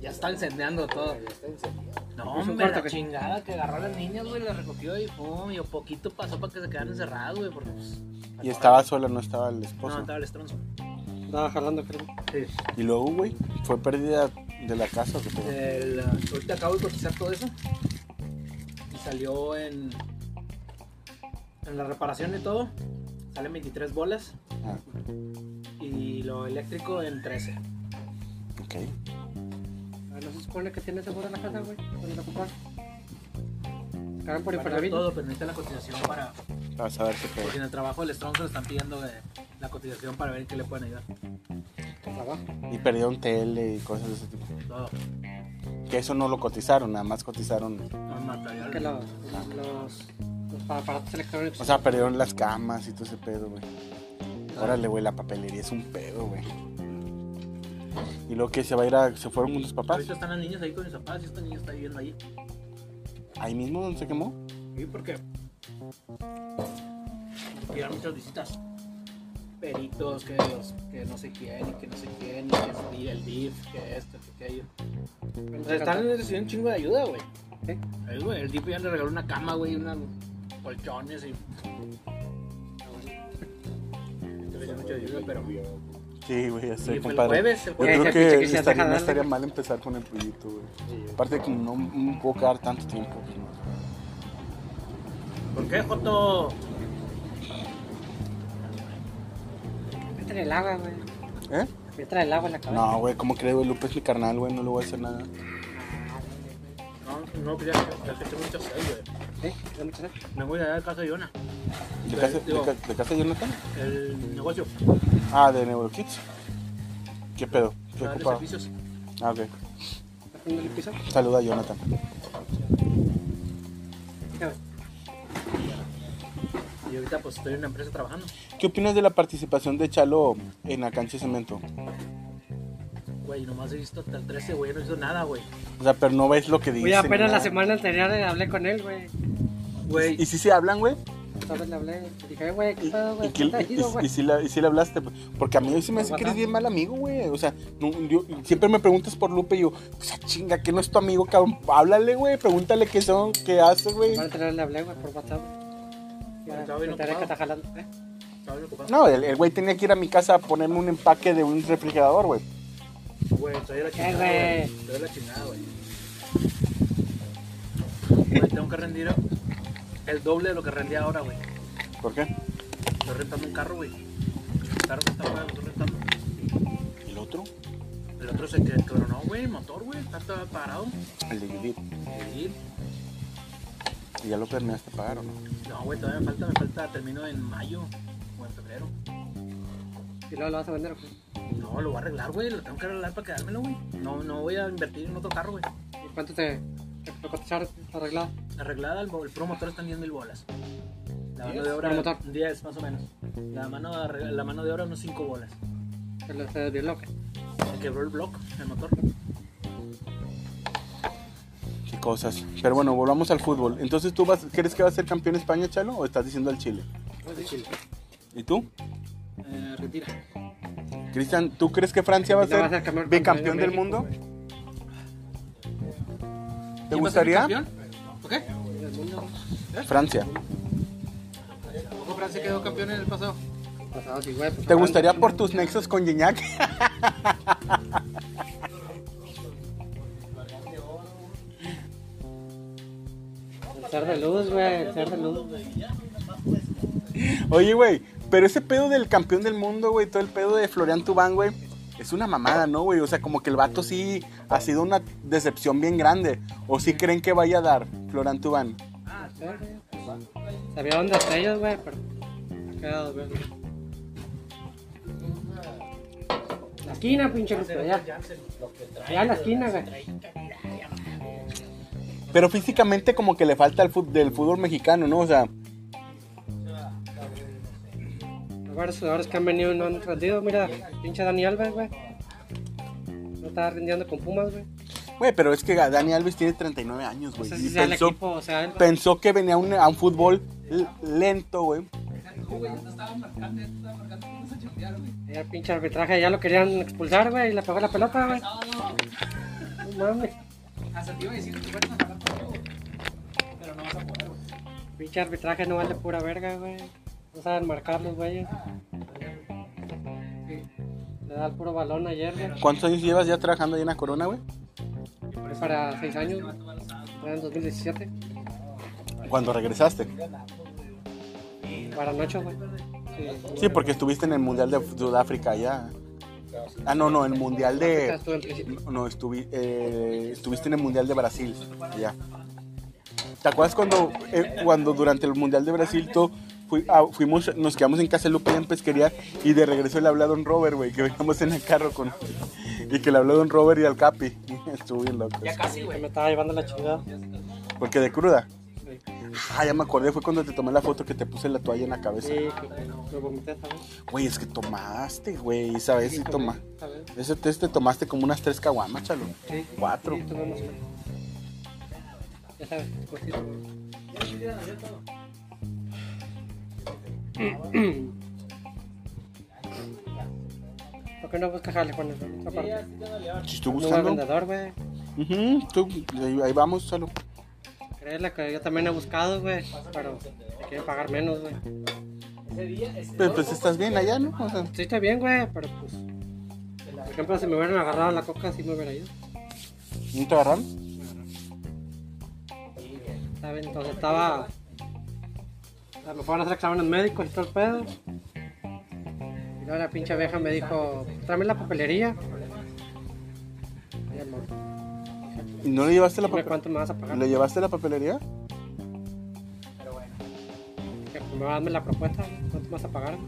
Ya está encendeando todo.
Ya está encendido.
No,
Es un
hombre,
cuarto
la
que-
chingada que agarró a las niñas, güey, las recogió y pum, y a poquito pasó para que se quedaran encerradas, güey, porque pues...
Y estaba sola, no estaba el
No,
esposo.
estaba el estronzo.
Estaba jalando, creo.
Sí.
Y luego, güey, fue pérdida de la casa. ¿qué pedo?
El, ah, ahorita acabo de cotizar todo eso. Y salió en... En la reparación y todo. Salen 23 bolas
Ah,
y lo eléctrico en 13.
ok.
Ah, ¿No se supone que tiene seguro la casa, güey? Cuando la compras. Cagan por
Van a ver
Infonavit.
todo, pero necesita la cotización para...
Vas a ver qué
Porque
pedo.
en el trabajo del estronzo le están pidiendo eh, la cotización para ver en qué le pueden ayudar.
Trabajo.
Y perdieron tele y cosas de ese tipo.
Todo.
Que eso no lo cotizaron, nada más cotizaron
No, mataría.
Que los, los, los aparatos electrónicos.
O sea, perdieron las camas y todo ese pedo, güey. Órale, güey, la papelería es un pedo, güey. Y luego que se va a ir a. Se fueron con sus papás.
Ahorita están las niñas ahí con mis papás y esta niña está viviendo ahí.
Ahí mismo donde se quemó.
¿Y por qué? Llegaron muchas visitas. Peritos que, los- que no sé quién y que no sé quién, y que es di- el DIF, que esto, que aquello. O sea, están recibiendo un chingo de ayuda, güey.
Sí.
Ahí, güey, el DIF ya le regaló una cama, güey, unos colchones y. Te recibió mucha ayuda, pero.
Sí, güey, ya
Y
sé,
fue el
compadre.
jueves, el
Yo
jueves,
creo
el
que
pinche que se
estaría-
deja
no
darle.
estaría mal empezar con el proyecto, güey. Aparte, como no, no puedo quedar tanto tiempo. güey.
¿Por qué, Joto?
Métele el agua, güey.
¿Eh?
Métele el agua en la cabeza.
No, güey, ¿cómo crees, güey? Lupe es mi carnal, güey, no le voy a hacer nada.
No, no, pues ya, ya que tengo mucha sed, güey.
¿Sí? ¿Ya muchas gracias.
Me voy allá a casa de Yona,
¿De
Sí,
casa de,
digo-
ca- de casa de Jonathan?
el negocio,
Ah, de NeuroKids. ¿Qué pedo? ¿Qué
para darle
ocupado?
servicios.
Ah, ok.
¿Estás poniendo el piso?
Saluda a Jonathan.
Ya, güey.
Y ahorita pues estoy en una empresa trabajando.
¿Qué opinas de la participación de Chalo en la cancha de cemento?
Güey, nomás he visto hasta el 13, güey, no he visto nada, güey.
O sea, pero no ves lo que dicen.
Oye, apenas
ni
la
nada.
semana anterior eh, hablé con él, güey.
Güey,
¿Y si se hablan, güey?
Entonces le hablé. Le dije, "Ay, güey,
¿Y,
¿qué pedo,
y
Ah, güey?
qué-
¿Qué te ha
y-
ido,
y
güey?
si la- y si le hablaste? Porque a mí hoy se me hace
¿Por
que eres
WhatsApp?
bien mal amigo, güey. O sea, no, yo- siempre me preguntas por Lupe y yo, pues ah, chinga, que no es tu amigo, cabrón. Háblale, güey, pregúntale qué son, qué hace, güey.
Semana anterior le hablé, güey, por WhatsApp. güey. Ya,
Estaba
me
bien
enteré que
ocupado.
está jalando, eh.
estaba bien ocupado.
No, el el güey tenía que ir a mi casa a ponerme un empaque de un refrigerador, güey.
Güey, estoy de la chingada, güey.
güey.
Estoy de la chingada, güey. Güey, tengo que rendir el doble de lo que rendí ahora, güey.
¿Por qué?
Estoy rentando un carro, güey. El carro que está, güey, lo estoy rentando.
¿El otro?
El otro se que- quebronó, güey, el motor, güey, está todo parado.
El de Judith.
Sí.
¿Y ya lo terminaste de pagar o no?
No, güey, todavía me falta, me falta, termino en mayo o en febrero.
Y luego lo vas a vender, güey.
No, lo voy a arreglar, güey, lo tengo que arreglar para quedármelo, güey. No, no voy a invertir en otro carro, güey.
¿Y cuánto te, te, te cotizaron arreglado?
arreglada, el, el puro motor está en 10 mil bolas. La mano
¿Diez?
de
¿Puro
obra,
motor?
10 más o menos. La mano, de arregla- la mano de obra, unos 5 bolas.
Te lo te desbloquea.
Se quebró el block, el motor.
Qué cosas. Pero bueno, volvamos al fútbol. Entonces, ¿tú vas, crees que va a ser campeón España, Chalo? ¿O estás diciendo al Chile? ¿Y tú?
Eh, retira.
Cristian, ¿tú crees que Francia va a
Ya va a
ser
ser campeón-
bicampeón del
México,
mundo?
güey.
¿Te
¿Quién va a ser
gustaría?
campeón? ¿Por qué?
Francia.
¿Poco Francia quedó campeón en el pasado?
Pasado, sí, güey. pues,
¿Te
ahora-
gustaría por tus nexos con Gignac?
El ser de luz, güey. El ser de luz, güey.
Oye, güey, pero ese pedo del campeón del mundo, güey, todo el pedo de Florian Tubán, güey, es una mamada, ¿no, güey? O sea, como que el vato sí ha sido una decepción bien grande. ¿O sí creen que vaya a dar Florian Tubán?
Se vieron destellos, güey, pero. Ha quedado, güey. La esquina, pinche Lupe, allá. Allá en la esquina, güey.
Pero físicamente como que le falta al fut- del fútbol mexicano, ¿no? O sea,
Varios jugadores que han venido y no han rendido. Mira, pinche Dani Alves, güey. No estaba rindiendo con Pumas, güey.
güey, pero es que Dani Alves tiene 39
No
años, güey.
sé
y
si sea el
Pues pensó-
equipo, o sea, él. güey.
pensó que venía un- a un fútbol l- lento, güey.
Ya el pinche arbitraje, ya lo querían expulsar, güey, y le pegó la pelota, güey. No mames. Pinche arbitraje no vale pura verga, güey. No saben marcar los güeyes. Le da el puro balón ayer, güey.
¿Cuántos años llevas ya trabajando ahí en la corona, güey?
Fue Para 6 años, güey. Fue en 2017.
Cuando regresaste.
Para noche, güey.
Sí, porque estuviste en el Mundial de Sudáfrica ya. Ah, no, no, el Mundial de...
Estuve en principio.
No, estuvi- eh, estuviste en el Mundial de Brasil. Ya. ¿Te acuerdas cuando, eh, cuando durante el Mundial de Brasil tú fui- ah, fuimos, nos quedamos en casa de Lupe en pesquería y de regreso le hablé a Don Robert, güey, que veníamos en el carro con... Y que le habló Don Robert y al Capi. Estuvo bien loco.
Ya casi,
Que
güey.
me estaba llevando la chingada.
Porque de cruda.
Sí,
Ah, ya me acordé, fue cuando te tomé la foto que te puse la toalla en la cabeza.
sí que lo vomité, ¿sabes?
Güey, es que tomaste, güey, ¿sabes? Sí, toma.
¿Sabes?
Ese test te tomaste como unas tres caguamas, chalo.
Sí.
Cuatro.
Sí, tomamos una. Ya sabes, cosito. ¿Por qué no buscas jale con eso? Otra parte.
Si estoy
Buscando un vendedor,
buscando.
güey.
Ujú, tú, ahí, ahí vamos, chalo.
Créela que yo también he buscado, güey. Pero te quieren pagar menos, güey.
Pero pues estás bien allá, ¿no? O sea,
Sí, está bien, güey, pero pues. Por ejemplo, si me hubieran agarrado la coca, sí me hubiera ido.
¿no te agarraron?
¿Saben? Entonces estaba. o sea, Me fueron a hacer exámenes médicos y todo el pedo. Y luego la pinche vieja me dijo: tráeme la papelería. Ay, amor,
¿Y no le llevaste la
dime
papelería?
cuánto me vas a pagar.
¿Le llevaste la papelería?
Que me va a darme la propuesta, güey, ¿cuánto me vas a pagar?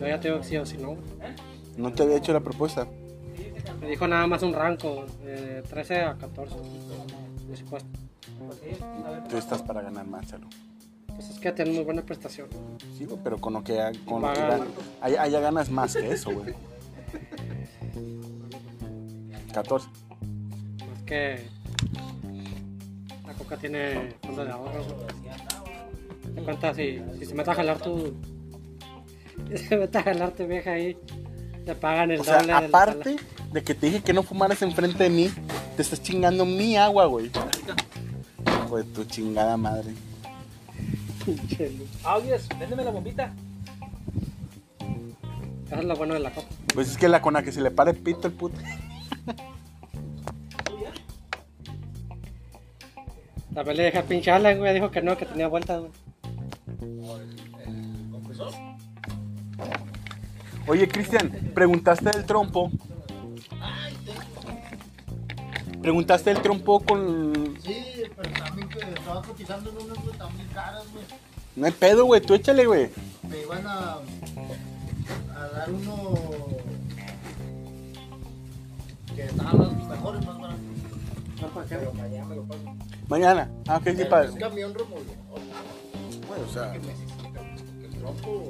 Yo ya te digo que sí o si no. güey.
No te había hecho la propuesta.
Me dijo nada más un rango, de 13 a 14. Por supuesto.
Tú estás para ganar más, chalo.
Pues es que tienen muy buena prestación.
Sí, güey, pero con lo que, con lo que
Pagar.
gan- allá, allá ganas más que eso, güey. 14.
Más que la coca tiene fondo de ahorro. Te cuenta si, si se mete a jalar tu. Si se mete a jalar tu vieja ahí, te pagan el
O
doble.
sea,
del-
aparte de que te dije que no fumaras enfrente de mí, te estás chingando mi agua, güey. Hijo de tu chingada madre.
Pinche luz.
Audios, Ah, véndeme la bombita.
Eso es lo bueno de la coca.
Pues es que la con la que se le pare pito el puto.
También le dije a pinche Alan, güey, dijo que no, que tenía vueltas, güey.
Oye, Cristian, preguntaste del trompo. Preguntaste del trompo con.
Sí, pero también que estaba cotizando en unas, güey, también caras, güey.
No hay pedo, güey, tú échale, güey.
Me iban a, a dar uno que estaban los mejores, más baratos. Pero mañana me lo paso.
Mañana. Ah, ok, sí,
Pero
padre.
Es camión remolcador.
Bueno, o sea,
que necesita. porque El tronco,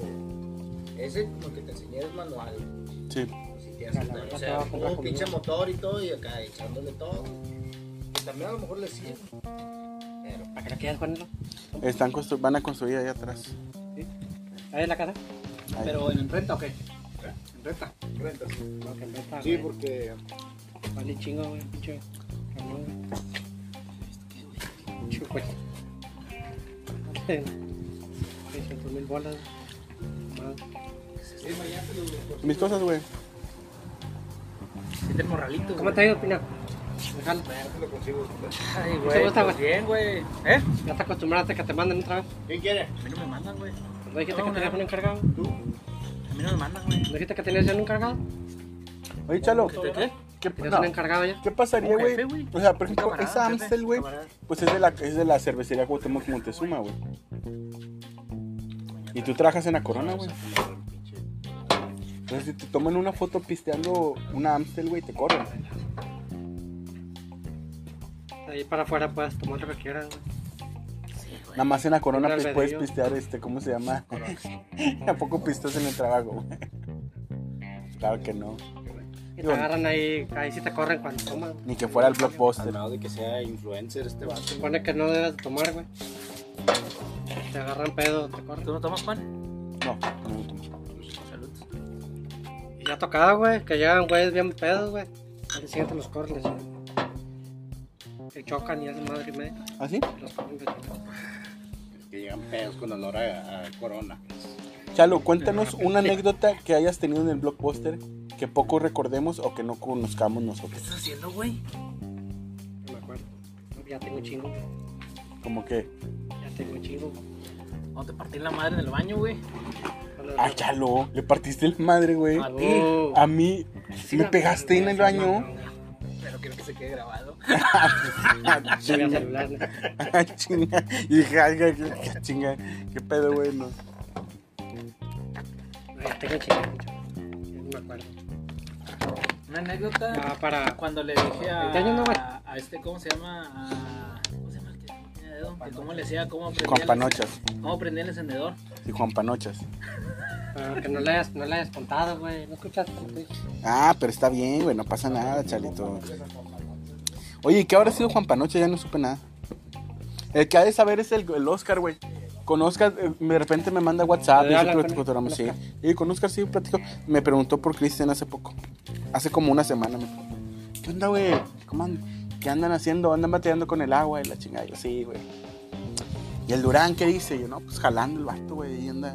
ese como que te enseñé es manual.
sí.
Si tienes
Claro,
que tener,
no
o
te va
sea,
a comprar
un pinche
conmigo.
motor y todo, y acá echándole todo. Que también a lo mejor le sirve. Pero
¿Para qué la quieras, Juanelo?
Están constru- van a construir ahí atrás.
¿Ahí en la casa?
Ahí.
Pero en renta o qué? En renta.
rentas.
No, que no está,
Sí,
güey.
porque
Vale chingo, güey, pinche. cabrón, güey. Pinche, güey. Seiscientos mil bolas. güey. Más.
Mis cosas, güey.
Sí, del morralito.
¿Cómo te ha ido, Pina? Déjalo.
lo consigo.
Ay,
¿Te
güey.
gusta,
pues
güey?
bien, güey. ¿Eh?
Ya te acostumbraste a que te manden otra vez.
¿Quién quiere?
A mí no me mandan, güey.
¿No dijiste que
No,
tenías
no.
un encargado?
¿Tú?
A mí no me mandan, güey.
¿No dijiste que tenías ya un encargado?
Oye, Chalo.
¿Qué? qué?
¿Qué,
¿Tenías
no,
un encargado ya?
¿qué pasaría,
Un jefe,
güey?
güey.
O sea, por ejemplo,
camarada,
esa
jefe,
Amstel, güey,
camarada.
pues es de la, es de la cervecería Cuauhtémoc Montezuma, güey. Y tú trabajas en la corona, güey. Entonces, si te toman una foto pisteando una Amstel, güey, te corren.
Ahí para afuera puedes tomar lo que quieras, güey.
Nada más en la corona
Libre
pues, puedes
albedrío.
pistear, este, ¿cómo se llama? ¿A poco pistas en el trabajo, güey? Claro que no.
Y te
Digo,
agarran ahí, ahí sí te corren cuando tomas. güey.
Ni que fuera el blockbuster.
Al lado de que sea influencer este vato.
Se supone que no debes de tomar, güey. Te agarran pedo, te corren.
¿Tú no tomas pan?
No, no me gusta.
Salud.
Y ya tocaba, güey, que llegan güeyes bien pedos, güey. Al día siguiente los corren, güey. Que chocan y hacen madre y media.
¿Ah, sí?
Los corren, güey.
Que llegan pedos con olor a, a corona.
Chalo, cuéntanos una anécdota que hayas tenido en el blockbuster que poco recordemos o que no conozcamos
¿Qué
nosotros.
estás haciendo, güey?
No me acuerdo. Ya tengo un chingo, güey.
Como que,
Ya tengo un chingo.
No, te partí la madre en el baño, güey.
ah, Chalo, le partiste la madre, güey.
A ti.
Oh.
A mí, me pegaste en el baño.
Pero quiero que se quede grabado.
Ah,
Se veía
chinga,
celular, ¿no?
ah, chinga. Y dije, ay, ay, ay, chinga, qué pedo, güey, no.
No, Ya tengo un chingo, güey. Ya no me acuerdo.
Una anécdota.
Ya para.
Cuando le dije a,
Está yendo, güey.
a este, ¿cómo se llama? A, ¿Cómo se llama el que tiene de cómo le hacía, cómo prendía,
Juan
el-
Panochas.
cómo prendía el encendedor.
Y Juan Panochas.
Pero que no le hayas, no le hayas contado, güey. No escuchaste lo que te dije.
Ah, pero está bien, güey, no pasa nada, Chalito. Oye, ¿y qué habrá sido Juan Panoche? Ya no supe nada. El que ha de saber es el, el Oscar, güey. Con Oscar, eh, de repente me manda WhatsApp y
Habla
siempre
con-
cotorreamos,
con
sí.
Oscar.
Y con Oscar sí platico. Me preguntó por Cristian hace poco. Hace como una semana. Me preguntó, ¿Qué onda, güey? ¿Cómo andan? ¿Qué andan haciendo? Andan batallando con el agua y la chingada. Y yo, sí, güey. ¿Y el Durán qué dice? Yo, no, pues jalando el vato, güey. Y anda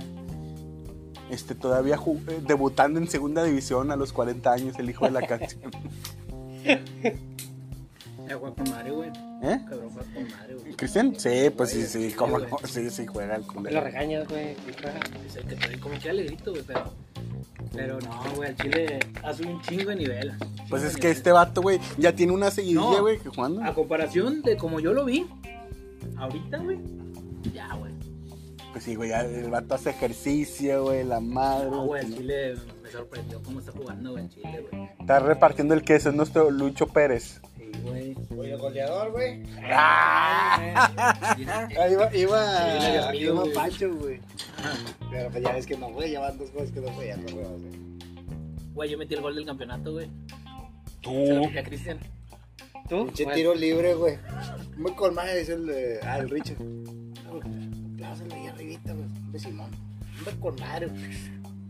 este, todavía ju- eh, debutando en segunda división a los 40 años, el hijo de la canción.
Era Juan con madre, güey.
¿Eh?
Cabrón, Juan con madre, güey.
¿Cristian? Sí, pues sí, sí, cómo no. Sí, sí, juega el
Que lo
culero.
regañas, güey.
Es el que te como que alegrito, güey, pero. Pero no, güey, al chile hace un chingo de nivel.
Pues
Chingo
es
de
que
nivel.
este vato, güey, Ah. ya tiene una seguidilla,
No.
güey, que jugando.
A comparación de como yo lo vi, ahorita, güey. Ya, güey.
Pues sí, güey, ya el vato hace ejercicio, Ah, güey, la madre.
No, güey, al
¿no?
chile me sorprendió cómo está jugando, güey, al chile, güey.
Está repartiendo el queso, es nuestro Lucho Pérez.
Sí, güey.
Oye, goleador, güey.
Ah,
Mira,
Ah, iba, iba,
Sí, Dios mío,
iba
güey.
Pancho, güey. Pero pues ya ves que no fue, ya van dos cosas que no fue, ya no fue, güey.
Güey, yo metí el gol del campeonato, güey. Se lo
Tú.
metí a Cristian.
¿Tú?
Pinche
Bueno,
tiro libre, güey. Muy colmada, dice el de. Ah, el Richard. Ah, güey, Plázale ahí arribita, güey. Hombre, Simón. Hombre, con madre, güey.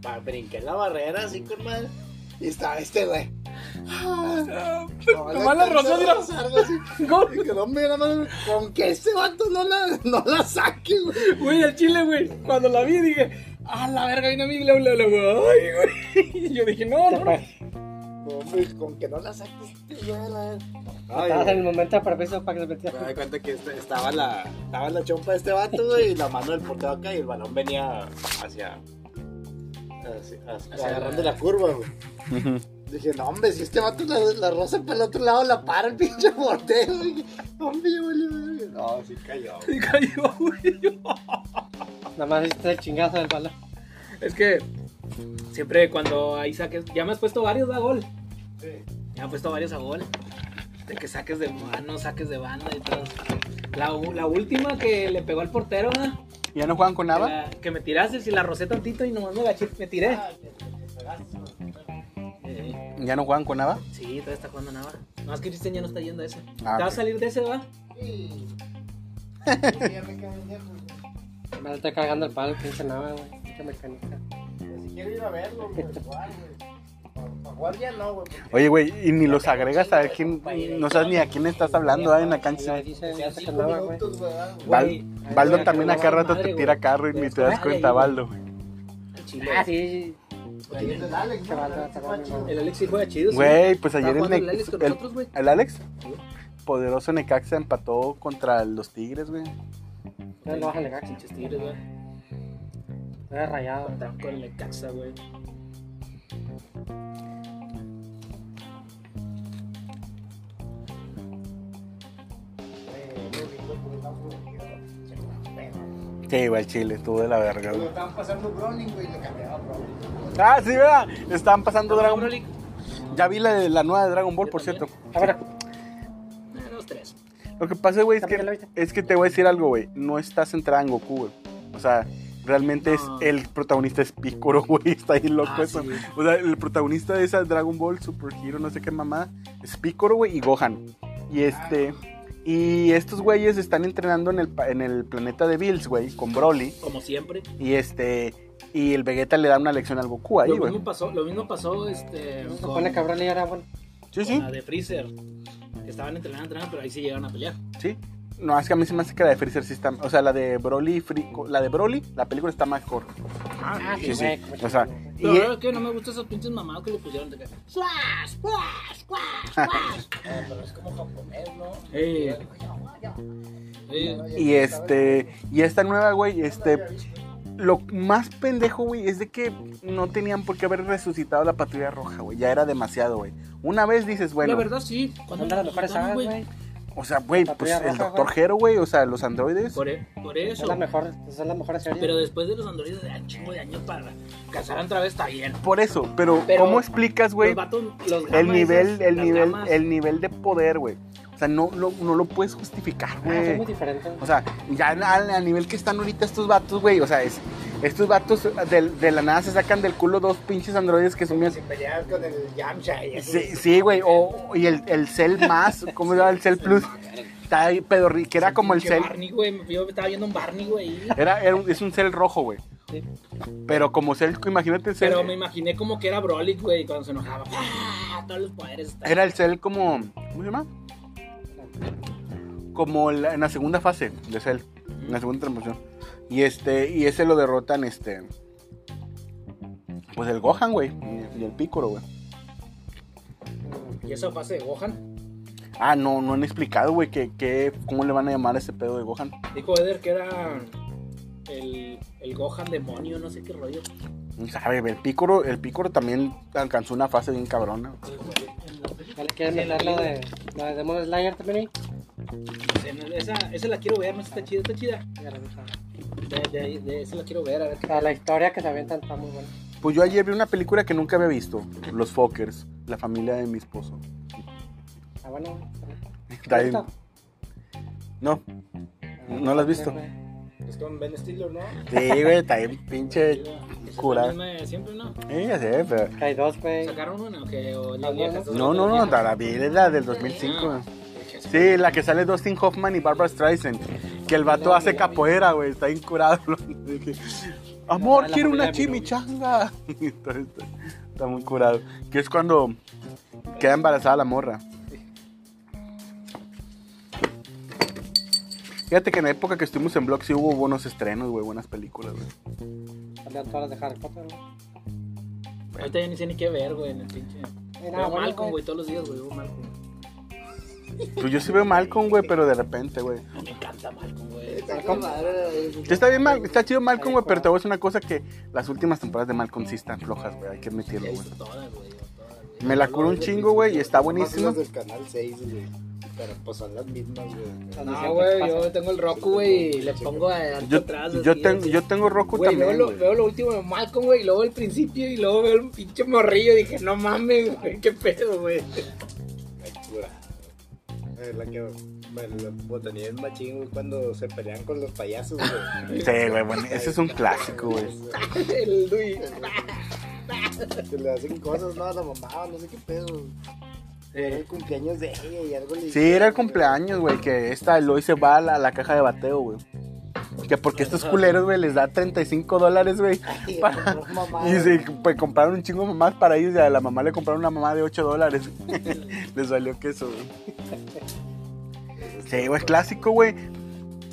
Pa- Brinqué la barrera así con madre. Y estaba este, güey.
Ah, nomás la rozó, mira.
Gol. Y quedó, mira, madre, Con que este vato no la, no la saque, güey.
Güey, al chile, güey. Cuando la vi dije, ah, la verga, vino a mí y le hablé, güey. Y yo dije, no, no.
Hombre, con que no la saque este, güey. la-
Estabas en
Ay,
el momento propicio para que se metiera.
me da cuenta que este- estaba, la, estaba la chompa de este vato, güey, y la mano del portero acá, y el balón venía hacia. hacia, hacia-
Hacia-
agarrando la curva, güey. Dije, no, hombre, si este vato la, la roza para el otro lado, la para el pinche portero. Dije, hombre, yo valió verga. No, sí cayó. güey.
Y cayó, güey.
Nada más hiciste el chingazo del balón.
Es que siempre cuando ahí saques, ya me has puesto varios a gol. Ya me has puesto varios a gol. De que saques de mano, saques de banda y todo. La, u- la última que le pegó al portero, ¿no?
¿Ya no juegan con
que,
nada?
la- que me tiraste, si la rosé tantito y nomás me agaché, me tiré.
Ah,
Eh,
¿Ya no juegan con nada?
sí, todavía está jugando nada. No, es que Cristian ya no está yendo a ese. ¿Te
Ah,
vas a
ok.
salir de ese, va?
Me está cargando el palo, pinche nada, güey. Pinche mecánica.
Si quiero ir a verlo, güey, jugar, güey. Para jugar ya no, güey.
Oye, güey, y ni los agregas a quién, no sabes ni a quién estás hablando ahí en la
Y ahí
cancha.
dice,
Sean
ya se
cinco
calmaba, güey.
minutos, güey. algo.
Val-
Güey,
Baldo
ay,
también
que
acá
no
rato te
madre,
tira
güey.
carro y ni te das cuenta, Baldo, güey.
Al chile.
Ah, sí.
Porque es el Alex,
Se
¿no?
va,
El Alex
se va,
Pancho.
se va.
El Alexis juega chido. sí.
Güey, pues ayer el,
Está jugando el
Ne-
Alex con
el-
nosotros, güey.
¿el Alex? Poderoso Necaxa empató contra los Tigres, güey.
No lo vas a negar,
Pinches tigres, güey.
Era rayado.
Contra- Con el Necaxa, güey.
Eh, pues,
Sí, güey, el Chile, estuvo de la verga,
Lo
güey.
estaban pasando Browning, güey, le cambiaba Browning.
Ah, sí, ¿verdad? Estaban pasando Dragon
Pro
Ball.
League.
Ya vi la, de- la nueva de Dragon Ball,
Yo
por
también.
cierto.
Ahora,
Eh, dos, tres.
Lo que pasa, güey, es
¿También la
que,
viste?
es que te voy a decir algo, güey. No está centrada en Goku, güey. O sea, realmente es
No.
el protagonista es Piccolo, güey. Está ahí loco
Ah,
eso.
sí, güey.
O sea, el protagonista de esa Dragon Ball, Super Hero, no sé qué mamada, es Piccolo, güey, y Gohan. Y este. Y estos güeyes están entrenando en el, pa- en el planeta de Bills, güey, con Broly.
Como siempre.
Y este. Y el Vegeta le da una lección al Goku ahí,
lo,
güey.
mismo pasó, lo mismo pasó este,
se
con,
supone que Broly era bueno.
Sí,
con
sí,
la de Freezer. Que estaban entrenando, entrenando, pero ahí sí llegaron a pelear.
sí. No, es que a mí se me hace que la de Freezer sí está. O sea, la de Broly, Free- la de Broly, la película está mejor.
Ah,
Sí, sí.
güey, como
O sea,
chingón, güey.
y, e,
Pero la verdad es que no me gustan esos pinches mamados que le pusieron de que. ¡Splash! ¡Splash! ¡Splash! ¡Splash!
Pero es como japonés, ¿no?
Eh, eh,
y este. Y esta nueva, güey, este. Lo más pendejo, güey, es de que no tenían por qué haber resucitado la patrulla roja, güey. Ya era demasiado, güey. Una vez dices, bueno.
la verdad sí. Cuando
Son de las mejores sagas,
güey.
güey.
O sea, güey,
La
pues
tía
el
roja,
Dr.
güey.
Hero, güey, o sea, los androides.
Por, e- por
Es
eso.
la mejor, es la mejor serie.
Pero después de los androides, de chingo de años para cazar a través está bien.
Por eso, pero,
Pero-
¿cómo explicas, güey?
Los vatos, los
El
gamas
nivel,
esos,
el
las
nivel,
gamas.
el nivel de poder, güey. O sea, no, lo- no lo puedes justificar,
Ah, son muy
güey.
diferentes.
O sea, ya a, a nivel que están ahorita estos vatos, güey. O sea, es, estos vatos de, de la nada se sacan del culo dos pinches androides que son bien.
Si peleas con el Yamcha y así.
Sí, sí, güey. o- y el, el Cell más, ¿cómo se llama? El Cell Plus. Está ahí pedorri, que era como el
Pinche
Cell.
Barney, güey. Yo estaba viendo un Barney, güey. ahí.
Era, era un- es un Cell rojo, güey.
Sí.
Pero como Cell, imagínate el Cell.
Pero me imaginé como que era Broly, güey, cuando se enojaba. ¡Ah! Todos los poderes. están-
Era el Cell como. ¿Cómo se llama? Como la- en la segunda fase de Cell. En la segunda transmisión. Y este. Y ese lo derrotan este. Pues el Gohan, güey. y- Y el Piccolo, güey.
Y esa fase de Gohan.
Ah, no, no han explicado, güey, que, que, cómo le van a llamar a ese pedo de Gohan.
Dijo Eder que era el, el Gohan demonio, no sé qué rollo.
No sabe, güey, el Piccolo, el Piccolo también alcanzó una fase bien cabrona.
¿Ya le quieren meter la de, la de Demon Slayer también ahí?
En- Esa, esa la quiero ver, no sé, está chida, está chida.
Ya la vamos a ver.
De, de- de- esa la quiero ver, a ver
O
qué
sea, la historia que se avientan está muy buena.
Pues yo ayer vi una película que nunca había visto, Los Fokkers, la familia de mi esposo.
Está bueno.
Está bien. No, ¿No la has visto?
es con Ben Stiller, ¿no?
sí, güey, está bien pinche
Chida. Es la
curada.
misma de Siempre, ¿no?
Sí, ya sé, pero...
Hay dos, güey.
¿Sacaron una o qué? ¿O
No,
las
no,
viejas?
no.
No, no, no, la la vi, es la del 2005. Sí, la que sale Dustin Hoffman y Barbara Streisand. Que el vato hace capoeira, güey, está incurado. Amor, quiero una chimichanga. Está, está- está muy curado. Que es cuando queda embarazada la morra. Fíjate que en la época que estuvimos en Block sí hubo buenos estrenos, güey, buenas películas, güey.
Salían todas las de Harry Potter, güey.
Ahorita ya ni sé ni qué ver, güey, en el pinche.
Eh, no,
Veo
bueno,
Malcolm,
güey.
güey, todos los días, güey, veo Malcolm.
Pues yo sí veo Malcolm, güey, pero de repente, güey.
Me encanta Malcolm, güey.
Está con madre, güey.
Está bien mal, está chido Malcolm, güey, pero te voy a decir una cosa que las últimas temporadas de Malcolm sí están flojas, güey, hay que admitirlo,
Ya he
güey.
visto todas, güey, todas, güey.
Me la curo un chingo, güey, y está buenísimo.
Más las del canal 6, güey. Pero pues son las mismas, güey.
Las de
No,
siempre
güey,
pasan.
yo tengo el Roku, güey, y le pongo adelante
Yo,
atrás.
yo,
así,
tengo,
así.
yo tengo Roku
Güey, veo,
también,
lo,
güey.
veo lo último de Malcolm, güey, y luego el principio, y luego veo el pinche morrillo, y dije, no mames, güey, qué pedo, güey.
La cura. Eh, La que me la botanía en machín, güey, cuando se pelean con los payasos, güey.
Sí, güey, bueno, ese es un clásico, güey.
El Luis.
Que le hacen cosas, ¿no? A la mamá, no sé qué pedo. Era el cumpleaños de ella y algo le
Sí, era el cumpleaños, güey, que esta Eloy se va a la, a la caja de bateo, güey. Que porque estos culeros, güey, les da 35 dólares, güey.
Ay,
para-
compró mamá,
Y
güey.
se pues, compraron un chingo de mamás para ellos y a la mamá le compraron una mamá de 8 dólares. Les valió queso, güey. Sí, güey, es clásico, güey.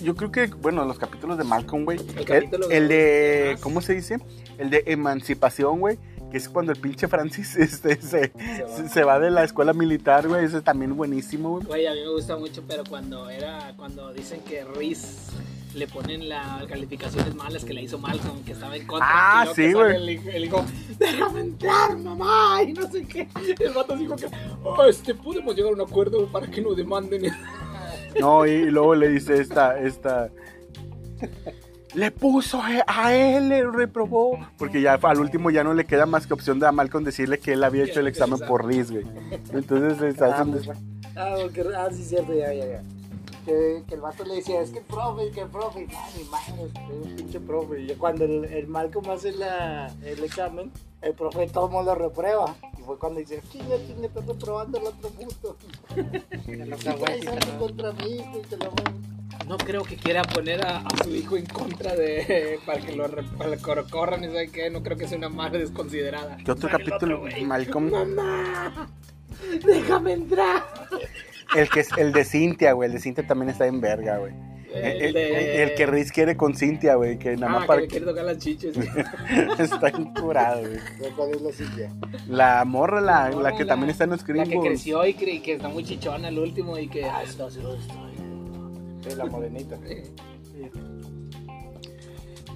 Yo creo que, bueno, los capítulos de Malcolm, güey.
El
El,
capítulo
el
de-
de, ¿cómo se dice? El de emancipación, güey. Que es cuando el pinche Francis este, se, se- se va de la escuela militar, güey. Ese es también buenísimo, güey.
Güey, a mí me gusta mucho, pero cuando era, cuando dicen que Riz le ponen las calificaciones malas que le hizo Malcolm, que estaba en contra.
Ah,
y luego que
sí,
sale
güey.
El, hijo- el hijo, déjame entrar, mamá, y no sé qué. El vato dijo que, oh, este, pudimos llegar a un acuerdo para que no demanden.
No, y, y luego le dice esta, esta. Le puso a a él, le reprobó. Porque ya al último ya no le queda más que opción de a Malcolm decirle que él había hecho el examen por Riz, güey. Entonces se hacen-
pues,
Ah, porque, ah, sí, cierto, ya, ya, ya. Que, que el vato le decía, es que el profe, que el profe, y, "Ah, mi madre, es un pinche profe. Y cuando el, el Malcolm hace la, el examen, el profe Tomo lo reprueba. Y fue cuando dice, chinga, chinga, estás reprobando el otro puto.
Las
Y
locas, güey,
traes
sí,
algo
pero-
contra mí, güey, te lo voy".
No creo que quiera poner a, a su hijo en contra de, para que lo re- para que lo corran y sabe qué, no creo que sea una madre desconsiderada.
¿Qué otro
Sale el
capítulo,
güey.
Malcolm?
Mamá, déjame entrar.
El, que es, el de Cintia, güey. El de Cintia también está en verga, güey. El, el-
de-
el que Riz quiere con Cintia, güey. Que nada
Ah,
más
que
para
le quiere tocar las chiches.
que- está curado, güey.
Pero ¿Cuál es la silla?
La morra, la,
La
la,
morra,
que
la-
también está en los
La que
gringos.
creció y, cre- y que está muy chichona el último y que... Ah, esto, esto, esto.
De la morenita.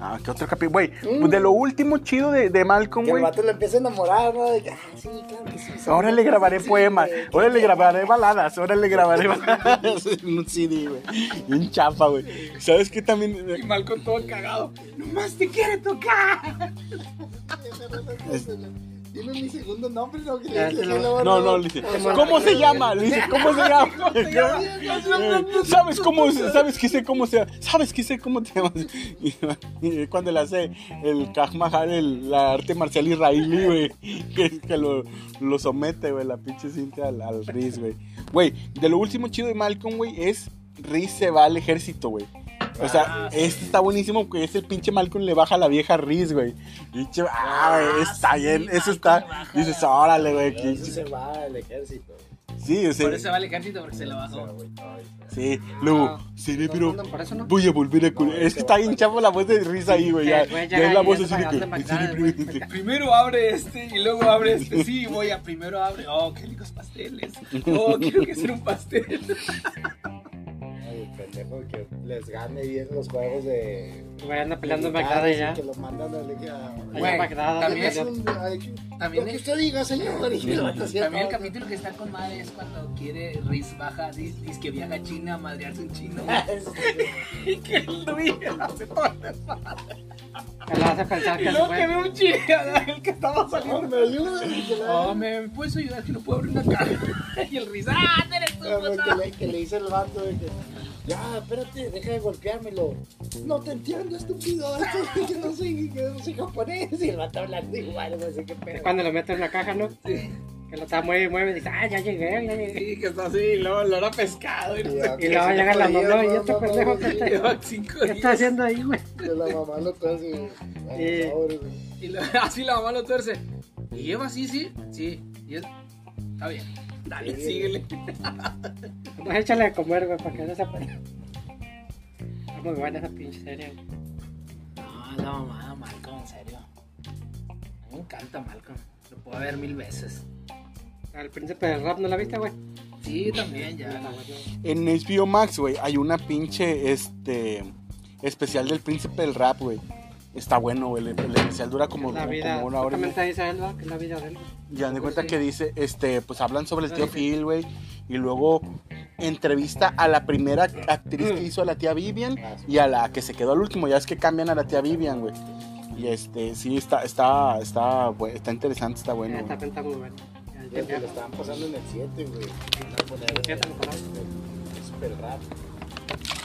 Ah, ¿qué otro capítulo? Güey, pues de lo último chido de, de Malcolm,
Que el
güey.
vato le empieza a enamorar, ¿no? De que, ah, sí, claro que sí. sí,
Ahora le
sí,
grabaré
sí,
poemas,
güey.
ahora le grabaré baladas, ahora le grabaré baladas en un CD, güey. Un chafa, güey. ¿Sabes qué
Y
también?
Malcolm todo cagado. ¡Nomás te quiere tocar!
Dime mi segundo nombre, ¿no? Que
Ya,
le-
te
que
lo-
lo-
No, no, le dice, ¿cómo se llama? Le dice, ¿cómo se llama? ¿Sabes cómo? se- ¿Sabes que sé cómo se llama? ¿Sabes que sé cómo te llamas? Y- y Cuando le hace el Kaj Mahal, el- la arte marcial israelí, güey. Que, que lo, lo somete, güey, la pinche cinta al, al Riz, güey. Güey, de lo último chido de Malcolm, güey, es Riz se va al ejército, güey. O
Ah,
sea, este está buenísimo porque este pinche Malcolm le baja a la vieja Riz, güey. Pinche, ah, güey, está bien, eso está. Dices, órale, güey.
Pero eso
que-
se va al ejército.
Sí, o sea,
Por eso Ah. va al ejército porque se la bajó.
sí. Luego, cerebro,
mandan para eso, ¿no?
Voy a volver a curar. es que está bien chavo la voz de risa ahí, güey. Ya,
Sí, güey,
ya
ya
es la voz
ya
así
te pagaste
de que.
para
el cerebro-
Primero abre este y luego abre este. Sí, voy a primero abre. Oh, qué ricos pasteles. Oh, quiero que sea un pastel.
Ay, el pendejo que les gane bien los juegos de.
Güey, anda peleando en
de
Bagdad
militares
ya.
y Que lo mandan a la
Allá en Bagdad. anda
También
también
es
peleando.
un. ay, que-
También
Lo que
es-
usted diga, señor. Y el vato así,
También el
no,
capítulo que está con madre es cuando quiere Riz baja, dice que viaja a China a madrearse un chino.
eso sí,
y que el Luis hace todo el desmadre.
Que la hace pensar
Y
que
luego
se
que
fue.
ve un chino, el que estaba
señor,
saliendo.
me ayuda. y que la-
Oh, me puedes ayudar que no puedo abrir la caja. y el Riz, ah, eres tú,
Ah, güey,
puta.
que, le, que le dice el vato de que, ya, espérate, deja de golpeármelo. No te entiendo, estúpido. esto es que no soy, que no soy japonés. Y el vato hablando igual, no sé qué
Es
pedo.
cuando lo mete en la caja, ¿no? Que lo está mueve y mueve y dice, ah, ya llegué, ya llegué.
Sí, que está así, y luego olor a pescado. Y
ya,
Y luego
sí,
llega la
sí,
mamá,
sí,
y este
sí,
pendejo
sí,
que está-
lleva cinco
¿Qué está
días.
haciendo ahí, güey?
que La mamá lo trae así, a los
Sí.
sabores, güey.
Y lo- así la mamá lo tuerce. Y lleva así, sí, sí. Y es- está bien. Dale,
Sí.
síguele.
Pues échale a comer, güey, para que no se apague. Está muy buena esa pinche serie, güey.
No, la mamá, Malcolm, en serio. A mí me encanta Malcolm. Lo puedo ver mil veces.
Al príncipe del rap, ¿no la viste, güey?
Sí, también, ya. la-
En HBO Max, güey, hay una pinche este especial del príncipe del rap, güey. Está bueno, güey. El, el especial dura como,
La
como
vida,
una hora. y
justamente ahí dice él, ¿verdad? Que es la vida de él. güey.
Ya de cuenta que dice, este, pues hablan sobre el tío
Ah, sí.
Phil, güey. Y luego entrevista a la primera actriz
Mm.
que hizo a la tía Vivian
Ah,
y a la que se quedó al último. Ya es que cambian a la tía Vivian, güey. Y este, sí, está, está, está, bu- está interesante, está bueno.
Esta
güey.
pinta muy buena. Ya,
Ya,
ya,
pues,
ya.
Lo estaban pasando en el 7, güey. Iban a poner,
¿Qué tal lo
eh, Super rap.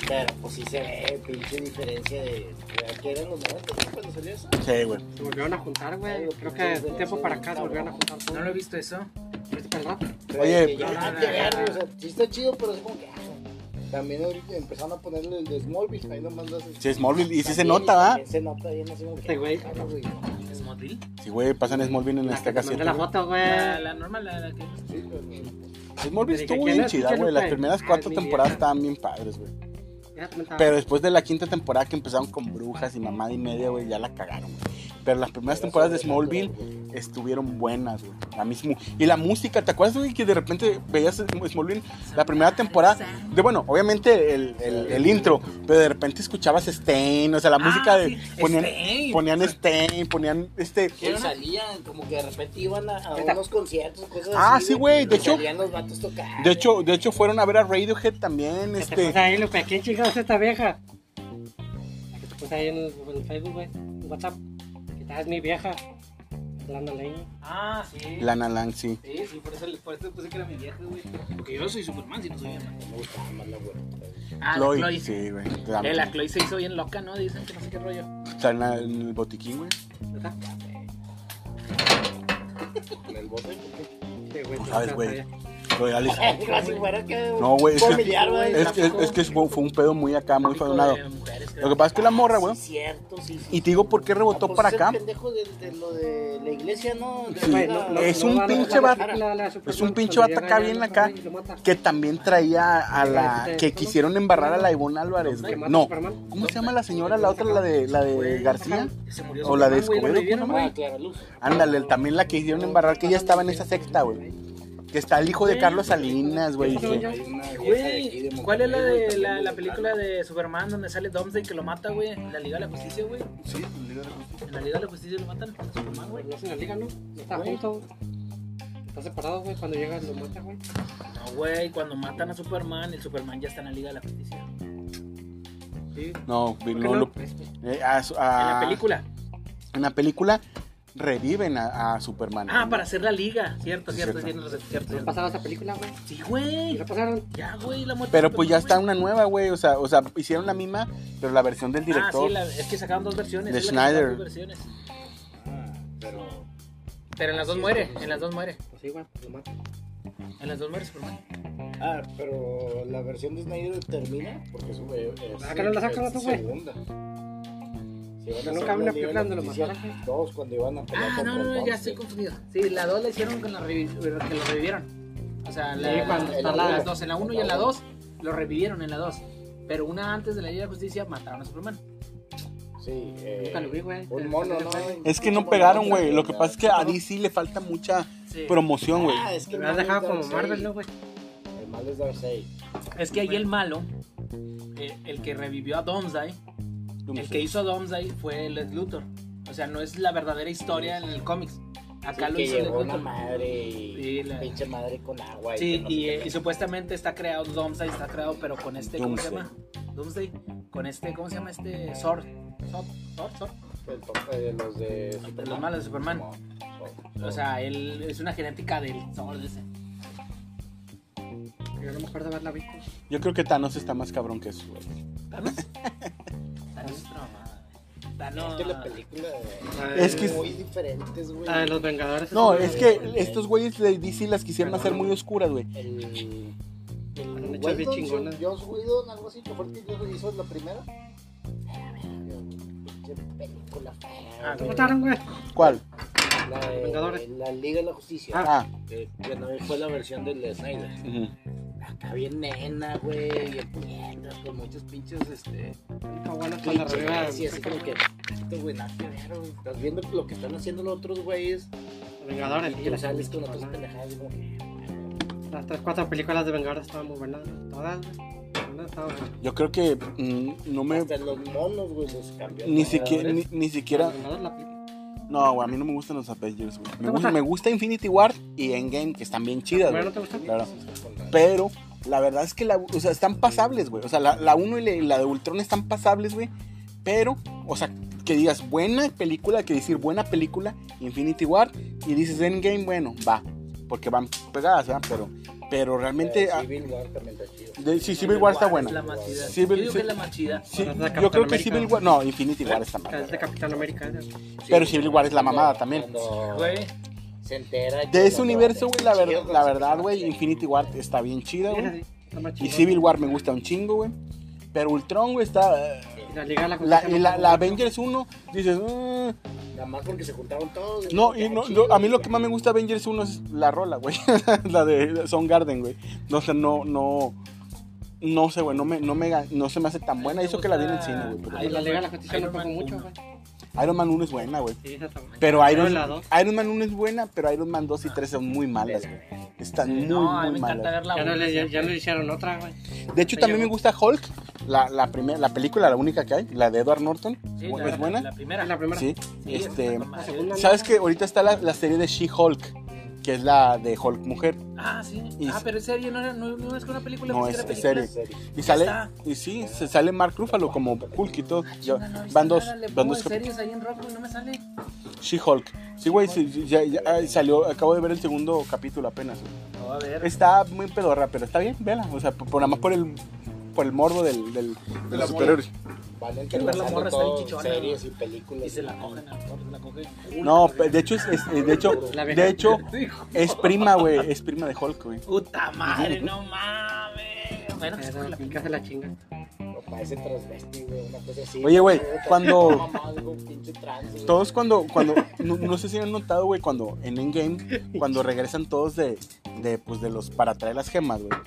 Pero pues sí se ve, pinche diferencia de. de aquí eran los 90 ¿no? cuando salió eso.
Sí, güey.
Se volvieron a juntar, güey. Creo que de un tiempo para acá se volvieron a juntar todos.
No lo he visto eso.
El príncipe del rap.
Oye,
ya,
pero-
nada que ver, o sea, sí está chido, pero es como que. ah, También ahorita empezaron a ponerle el de Smallville, ahí nomás lo hacen.
Sí, Smallville, y sí se
También,
nota, ¿ah? ¿va?
también Se nota bien, así como que.
Este güey.
ah, güey.
¿Es Smallville?
Sí, güey, pasan Smallville en
La
esta
que te
ocasión.
mandé la foto, güey.
La, la normal, la, la que.
Sí, pero-
Smallville
Te dije,
estuvo
¿quién
bien
es?
chida,
Escucha,
güey. Las
Lupe.
primeras
Ah,
cuatro
es mi vieja.
temporadas estaban bien padres, güey.
Mira, también estaba-
Pero después de la quinta temporada que empezaron con brujas y mamada y media, güey, ya la cagaron, güey. Pero las primeras temporadas de Smallville estuvieron buenas, güey. La misma. Y la música, ¿te acuerdas, güey? Que de repente veías Smallville la primera temporada. De, bueno, obviamente el, el- el intro, pero de repente escuchabas Stein, o sea, la música
Ah,
de.
sí,
Ponían
Stein.
ponían Stein, ponían este.
Que salían, como que de repente iban a, a unos conciertos, cosas
Ah,
así.
sí, güey, de
y
hecho-
Salían los vatos tocando.
De hecho, de hecho fueron a ver a Radiohead también,
Que te
este.
puse ahí, Lupe. ¿Quién chingados es esta vieja? La que te puse ahí en el, en el Facebook, güey. En WhatsApp. Que esta es mi vieja. Hablando leña.
Ah, sí.
Lana Lang, sí.
Sí, sí, por eso, le- por eso puse que era mi vieja, güey. Porque yo no soy Superman, si no soy Superman.
Me gustaba más la güera.
Ah,
Chloe,
la Chloe.
sí, güey.
Eh, la Chloe se hizo bien loca, ¿no? Dicen que no sé qué rollo.
Está en, la- en el botiquín, güey.
¿Verdad?
En el bote. porque-
Sí, güey. sí,
Pues, Sabes,
está
güey.
bien.
Lo de Alice.
Como si fuera que.
No, güey, es que-
familiar, güey.
Es que, es que fue fue un pedo muy acá, muy fadonado.
De mujeres, creo.
Lo que pasa es que la morra, güey.
Sí, cierto, sí, sí.
Y te digo por qué
Ah,
rebotó
pues
para
es el
acá.
pendejo de, de lo de la iglesia, ¿no? De
Sí,
Güey,
la-
no-
no-
no-
es
no
un
va a-
pinche
no va a
vato-
dejar a la Superman
es un pinche
cuando
vato
llega
acá
allá,
bien
lo
acá.
mata y lo mata.
Que también traía a la. Que quisieron embarrar a la Ivonne Álvarez, güey. No. ¿Cómo se llama la señora? La otra, la de, la de García.
Se murió
O la de
Superman, güey,
Escobedo, ¿cómo se
lo revivieron,
llama?
güey.
Ah, Clara Luz.
Ándale, también la que hicieron embarrar, que ya estaba en esa secta, güey. Que está el hijo de Carlos Salinas, güey.
Esa soy yo.
que-
Güey, ¿cuál es la de la, la película de Superman donde sale Doomsday que lo mata, güey? En La Liga de la Justicia, güey.
Sí, el líder de la justicia.
En la Liga de la Justicia lo matan a Superman, güey.
No es en la liga, ¿no? Está junto. Está separado, güey. Cuando llega lo mata, güey.
No, güey, cuando matan a Superman, el Superman ya está en la Liga de la Justicia.
Sí.
No, güey,
¿Por qué no?
no, lo- eh, a su- a-
En la película.
En la película reviven a, a Superman.
Ah, para hacer la liga. Cierto,
Sí,
cierto,
cierto.
cierto, cierto,
¿Han
cierto.
pasado esa película, güey?
Sí,
¿Y
güey.
la pasaron?
Ya, güey, la muerte.
Pero
de
pues ya está
Superman,
una nueva, güey. O sea, o sea, hicieron la misma, pero la versión del
güey. Ah,
director.
sí, la- es que sacaron dos versiones.
De
es la que sacaron
Snyder.
dos versiones.
Pero.
Pero en las dos muere, en las dos muere.
Pues sí, güey. Lo mata.
En las dos muere Superman.
Ah, pero la versión de Snyder termina porque es, güey, es
Sácala, sácala tú, güey.
segunda. Si van
Nunca
a hacer
vi una
Liga
película
de
donde
la
lo
Justicia
mataran.
Dos, cuando iban a pelear
Ah,
contra
no, no,
el
no, ya
Doomsday.
estoy confundido. Sí, la 2 la hicieron con la revi- que lo revivieron. O sea, la,
Sí, cuando-
la-
en
la-
la
las
uno.
dos, en la 1 y en la 2 lo revivieron en la 2. Pero una antes de la Liga de la Justicia mataron a Superman.
Sí, eh,
Nunca lo vi, güey.
Un mono, ¿no?
Es que no pegaron, güey. Lo que pasa es que a DC le falta mucha
Sí.
promoción, güey.
Ah, es que
Lo
el
hubieras
malo es
dejado como
Darkseid.
Marvel, ¿no, güey?
El malo es Darkseid.
Es que ahí el malo, eh, el que revivió a Doomsday, El que hizo Doomsday fue Lex Luthor. O sea, no es la verdadera historia en el cómics. Acá
Sí,
lo
que
hizo Lex
llegó una
Luthor.
madre y
Sí, la-
pinche madre con agua.
Sí,
que no sé
y,
qué
eh, y supuestamente está creado Doomsday, está creado, pero con este, ¿cómo se llama?
Doomsday.
Doomsday. Con este, ¿cómo se llama este? Sword. Sword, Sword, Sword.
El papá de los de Superman.
Los malos de Superman.
No, no.
O sea, él es una genética del Sword ese.
Yo no me acuerdo de haberla visto.
Yo creo que Thanos está más cabrón que eso, güey.
¿Thanos? Thanos es una mamada, güey.
Es que la
Thanos.
película de-
La de-
Es que-
muy diferentes, güey.
La de los Vengadores.
No,
esa
es que estos güeyes de DC las quisieron hacer muy oscuras, güey.
El.
Ah,
Han
El
hecho bien
Whedon,
chingonas.
su- Joss Whedon, algo así, que fue el que yo hizo la primera. Pinche película fea,
Ah, ¿Lo
güey.
mataron, güey?
¿Cuál?
La de-
Vengadores.
La Liga de la Justicia.
Ah,
Que, que no fue la versión del de Snyder.
ujú.
Acá bien nena, güey, bien puñetas, con muchos pinches, este...
No, bueno, cuando revivan.
clichés, Y así como que, esto, güey, nada que ver, güey. Estás viendo lo que están haciendo los otros güeyes
Los
Ah,
Vengadores.
y
sí,
tú
las-
sales con otras pendejadas, güey.
Las tres, cuatro películas de Vengadores estaban muy buenas. Todas, güey. Todas estaban buenas.
Yo creo que mm, no me.
Hasta "Pues los monos, güey, los cambiaron.
Ni siquiera. Ni, ni
Los
siquiera.
Vengadores, la película.
No, güey, a mí no me gustan los Avengers, güey. Me gusta, me gusta Infinity War y Endgame, que están bien chidas,
¿Bueno,
güey.
no te gustó?
Claro. Pero la verdad es que la, o sea, están pasables, güey. O sea, la, la 1 y la, y la de Ultron están pasables, güey. Pero, o sea, que digas buena película, que decir buena película, Infinity War, y dices Endgame, bueno, va. Porque van pegadas, ¿verdad? Pero, pero realmente. ah,
Eh, Civil War también está chido.
de- sí, Civil War está
Es
buena.
La más chida.
Civil-
Yo digo que
sí.
es la más chida.
Sí,
Bueno, es la
yo creo
Capitán
que
América.
Civil War. No, Infinity War está
Que Es de
mal.
Capitán América. ¿eh? esa.
Pero Civil War es la mamada Ah, también.
Cuando
Güey,
se entera... que
De ese
los
universo, güey, la,
chidos,
ver-
güey,
la
se
verdad, güey,
entera.
Infinity War está bien chida,
Sí, esa
güey.
sí, está más
Y
chingona.
Civil War me gusta un chingo, güey. Pero Ultron, güey, está. eh,
Y La Liga de la
La,
Justicia
y
no
la,
está
la
buena.
Avengers 1, dices. "Ah".
Nada más porque se juntaron todos. güey,
No,
ya,
y no,
chido,
lo- a mí lo
güey.
que más me gusta de Avengers 1 es la rola, güey. la de Son Garden, güey. No sé, no, no. No sé, güey. No, me, no, me, ga- no se me hace tan buena. Eso que la vi en el cine, güey.
Y
pero-
La Liga de la Justicia no
Iron Man
pegó mucho,
uno.
güey.
Iron Man 1 es buena, güey.
Sí, esa está buena.
Pero Iron,
la dos.
Iron Man 1 es buena, pero Iron Man 2 y 3 son muy malas, güey. Están muy,
no, a mí
muy
me encanta
malas.
verla.
Ya no, le, ya, ya no le hicieron otra, güey.
De hecho, también me gusta Hulk. La, la, primera, la película, la única que hay, la de Edward Norton.
Sí,
bu-
la-
¿Es buena?
La primera.
La primera.
Sí,
Sí,
este.
está con madre.
segunda-
¿Sabes que Ahorita está la, la serie de She-Hulk, que es la de Hulk mujer.
Ah, sí.
Y-
Ah, pero es serie, no, era- no, no es que una película.
No,
pensé
es,
que era
es
película.
serie. Y sale,
está. Ah,
y sí, se sale Mark Ruffalo como Hulk y todo. Yo-
Chinga, no he visto
van dos,
nada, le
van
pongo
dos
en
cap-
series ahí en rojo y no me sale.
She-Hulk. Sí, güey, sí, ya, ya- ah, salió, acabo de ver el segundo capítulo apenas.
No, a ver.
Está muy pedorra, pero está bien, vela. O sea, por, por- nada más por el, por el morbo del, del, de
De
los
la
superiores.
Van
la
entrelazando
morra está bien
todo,
chichona,
series
güey.
y películas.
Y se la cogen, a lo mejor se la cogen.
No, pe- de hecho, es, es- de hecho,
La vieja.
de hecho, es prima, güey, es prima de Hulk, güey.
Puta madre, no mames. Bueno, pues,
Pero
la-
¿y qué hace la chinga?
O parece transvesti, güey, una cosa así.
Oye, güey, cuando-
Una mamá, algo, pinche trans, güey.
Todos cuando, cuando, no, no sé si han notado, güey, cuando en Endgame, cuando regresan todos de, de, pues, de los, para traer las gemas, güey,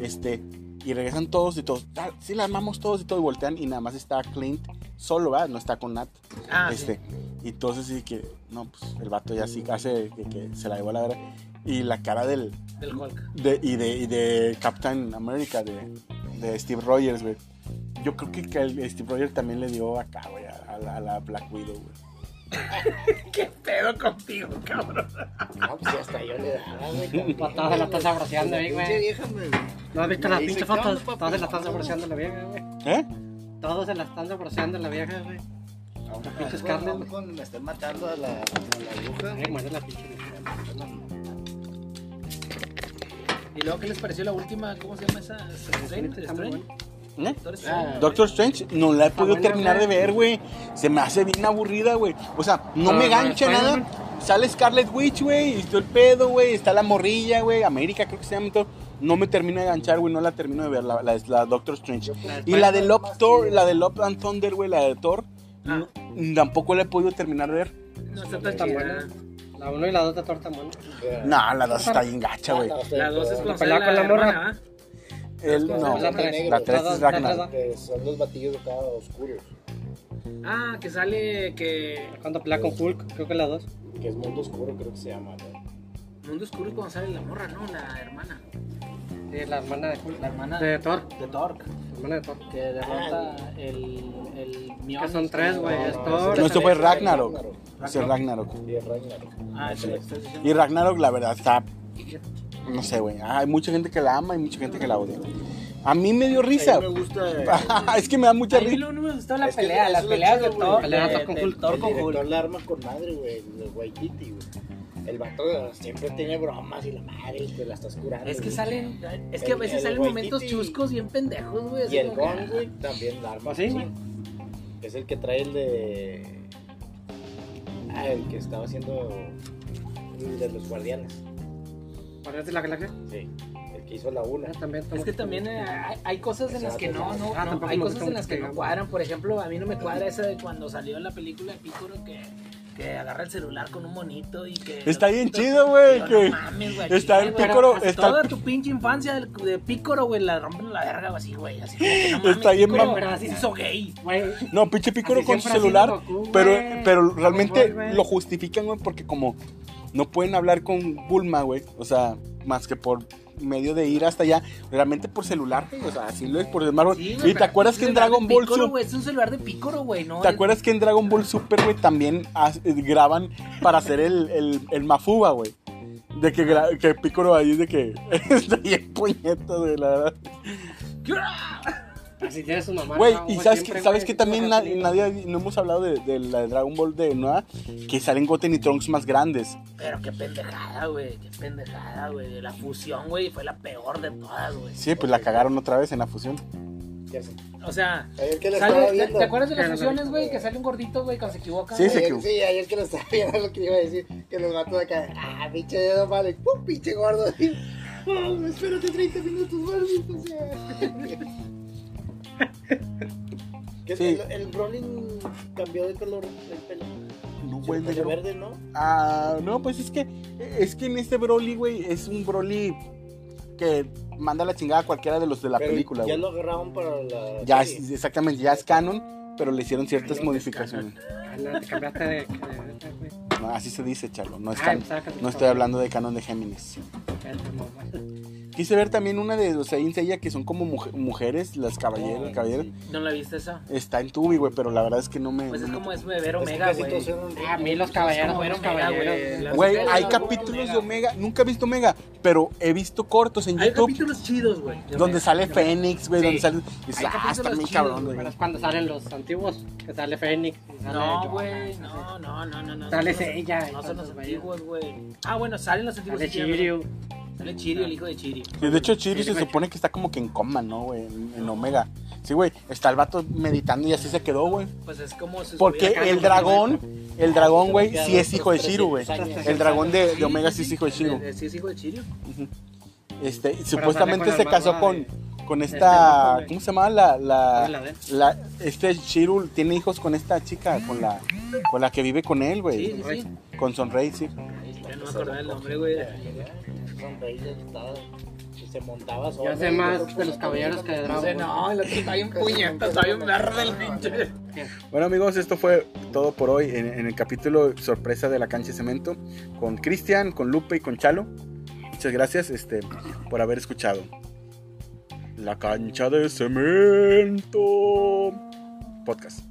este, y regresan todos y todos, "Ah, sí, las amamos todos y todos, y voltean y nada más está Clint, solo, ¿verdad? No está con Nat.
Ah, sí.
este, Y entonces sí que, no, pues el vato ya sí hace que, que se la llevó a la verga. Y la cara del,
Del Hulk.
de, y, de, y de Captain America, de, de Steve Rogers, güey. Yo creo que, que el Steve Rogers también le dio acá, güey, a, a la, a la Black Widow, güey.
¿Qué pedo contigo, cabrón?
No, pues hasta yo le daba, güey. también,
Patada la estás abraceando ahí,
Pinche
güey.
vieja, güey.
¿No has visto
Me
las
dice,
pinches
"¿Qué
fotos?
onda, papi?"
Todos se la están divorciando la vieja, güey.
¿Eh?
Todos se la están divorciando la vieja, güey.
Aún con-
Pinches
aún
carnes, güey.
con- Me están matando a la, a la bruja.
Ay, muere la pinche vieja.
¿Y luego qué les pareció la última? ¿Cómo se llama esa? ¿Strange?
Está muy buena.
¿Strange?
¿Eh?
Doctor
Ah,
Strange.
Doctor Strange no la he podido
buena,
terminar de
güey.
ver, güey. Se me hace bien aburrida, güey. O sea, no
Ah,
me
no,
gancha
Spider-Man.
nada. Sale Scarlet Witch, güey, y todo el pedo, güey. Está la morrilla, güey. América, creo que se llama. y todo. No me termino de ganchar, güey. No la termino de ver, la, la- la Doctor Strange. Y la de Love Thor, la de Love and Thunder, güey, la de Thor.
Ah.
n- Tampoco la he podido terminar de ver.
No está tan
Está
chida.
buena. La 1 y la 2 de torta buena.
No, la dos está bien gacha, güey.
Ah,
La dos es
La
con
pelea
la,
con la morra.
hermana, ¿va?
Él no.
La
La
tres.
tres
La
es
dos- la
Ragnar.
tres,
Que son los batillos acá oscuros.
Ah, que sale que...
Cuando pelea con Hulk, creo que la 2.
Que es mundo oscuro, creo que se llama. ¿no?
Mundo Oscuro es cuando sale la morra, ¿no? La hermana.
Sí, la hermana de Hulk.
La hermana
De Thor.
de Torque.
La hermana de Thor.
Que derrota el... el
Que son tres, güey.
No,
Es
no,
Thor.
No, esto fue
Alexa.
Ragnarok. Sí, Ragnarok.
Y es Ragnarok.
Ah, eso es lo que estás diciendo.
Y Ragnarok, la verdad, está. No sé, güey. Ah, Hay mucha gente que la ama y mucha gente que la odia. A mí me dio
A
risa.
mí me gusta. eh,
Ah. es que me da mucha
A mí
risa.
lo no me gustó la
Es que
pelea,
eso
las
es lo
peleas de
chido, güey.
Thor,
Pelea
de-
Thor con
de
Hulk.
Thor
El
con Hulk.
director la arma con madre, güey. El Waititi, güey. El vato siempre tiene bromas y la madre, te la estás curando.
Es que
güey.
salen, es que a
El-
veces
el
salen
Waititi.
momentos chuscos bien pendejos, güey. así
Y el
como que-
Gon, güey, también la arma.
¿Ah, sí, güey?
Es el que trae el de. Ah, el que estaba haciendo. El de los guardianes.
Guardianes de la Galaxia.
Sí. El que hizo la una.
Ah, También
Es que también eh, hay, hay cosas en las que no, no,
Ah,
no,
tampoco
hay
me
cosas
gusta
en las que
mucho.
no cuadran. pues, Por ejemplo, a mí no me cuadra esa de cuando salió en la película de Piccolo que, que agarra el celular con un monito y que...
Está
los
bien
monitos-
chido, güey,
Yo,
que-
no mames, güey,
está
aquí,
el
güey,
Piccolo,
hasta
está el-
Toda tu pinche infancia del- de Piccolo, güey, la rompen a la verga, así, güey. Así, como que, no mames,
Está bien
Piccolo,
mam-
pero así se hizo gay.
Güey,
No, pinche Piccolo
Así
con su
siempre ha sido
celular.
Goku,
pero,
güey.
pero realmente
Goku, güey.
lo justifican, güey, porque como no pueden hablar con Bulma, güey. O sea, más que por medio de ir hasta allá. Realmente por celular, güey. O sea, así lo es por demás, güey.
Sí, güey,
y te
pero
acuerdas
es
que en
un celular de
Dragon Ball
Piccolo,
Super.
güey, es un celular de Piccolo, güey, ¿no?
¿Te
es-
acuerdas que en Dragon Ball Super, güey, también has- graban para hacer el, el, el Mafuba, güey? De que, gra- que Piccolo ahí, de que está bien puñeto, güey, la verdad.
¿Qué hora?
así tiene su mamá.
Güey,
¿no?
y sabes
siempre,
que, sabes
güey,
que también
siempre
na-
ha tenido.
nadie, no hemos hablado de, de la de Dragon Ball de nueva, que salen Goten y Trunks más grandes.
Pero qué pendejada, güey, qué pendejada, güey. La fusión, güey, fue la peor de todas, güey.
Sí, pues la cagaron otra vez en la fusión.
Ya sé.
O sea,
Ayer que la
Sale-
estaba
¿te,
viendo.
te acuerdas de las
Claro,
fusiones,
claro.
güey? Que sale un gordito, güey, cuando se equivoca.
Sí,
güey?
sí.
Ayer, sí, ayer que lo estaba viendo lo que iba a decir, que los gatos acá, ah, pinche dedo malo, y pum, pinche gordo. Y, "Ah, espérate 30 minutos más, maldito sea. Que
Sí.
el, el Rolling cambió de color el pelo.
No, güey,
El pelo
negro.
verde, ¿no?
Ah, no, pues es que, es que en este Broly, güey, es un Broly que manda la chingada a cualquiera de los de la
Pero
película,
Ya
güey.
lo agarraron para la.
Ya
serie.
es, exactamente, ya es canon, pero le hicieron ciertas
Canon,
modificaciones.
Te cambiaste de. de- güey.
No, así se dice, Charlo. No, es
Ah,
Ay,
canon.
saca tu
no estoy
historia.
hablando de canon de Géminis.
Cállate, mamá.
Quise ver también una de los Saint Seiya que son como muje- mujeres, las caballeros, caballeros.
¿No la viste esa?
Está en Tubi, güey, pero la verdad es que no me...
Pues
no
es
me-
como es beber
Es que
Omega,
casi
güey.
todos eran-
A mí los caballeros,
como
los
Omega,
caballeros.
güey.
güey.
Las
Güey,
mujeres
hay
son
capítulos
Omega.
de Omega, nunca he visto Omega, pero he visto cortos en
Hay
YouTube
capítulos chidos, güey. de
donde
Omega.
sale Fénix, güey,
Sí.
donde sale... y dices,
Hay
ah,
capítulos
está muy
chidos,
cabrón,
güey,
güey.
Pero es cuando salen los antiguos, que sale Fénix, y sale
No,
Johanna,
güey,
y
no, no, no, no. no
Sale
no son-
ella,
No son
entonces,
los
vaya.
antiguos, güey. Ah, bueno, salen los antiguos.
Sale
sí, ya,
Shiryu.
¿no? Sale Chirio, el hijo de Chirio.
Sí, de hecho, Chiri
Sí,
se
güey.
supone que está como que en coma, ¿no, güey? En, en Omega. Sí, güey, está el vato meditando y así se quedó, güey.
Pues es como si
Porque
estuviera acá
el
como-
dragón, el dragón, güey, sí es hijo de Shiru, güey.
Años.
El dragón de,
Sí,
de Omega sí es hijo de Shiru.
Sí, es hijo de Chirio.
Este,
sale
supuestamente
con
se
la
casó
barba
con,
de-
con
este
esta,
vato, güey.
¿cómo se llama? La,
¿Cuál es la
la,
de él?
la, este Shiru tiene hijos con esta chica, con la, con la que vive con él,
Sí,
güey.
sí, sí.
Con Sunray, sí.
Ya no me acordaba el nombre, güey.
Son reyes, está. se montaba solo.
Yo sé más de los caballeros que de Dragon
Dice,
Ball.
no, el otro está bien puñeta, está bien verde el pinche.
Bueno amigos, esto fue todo por hoy en, en el capítulo sorpresa de la cancha de cemento con Cristian, con Lupe y con Chalo. Muchas gracias este, por haber escuchado. La cancha de cemento podcast.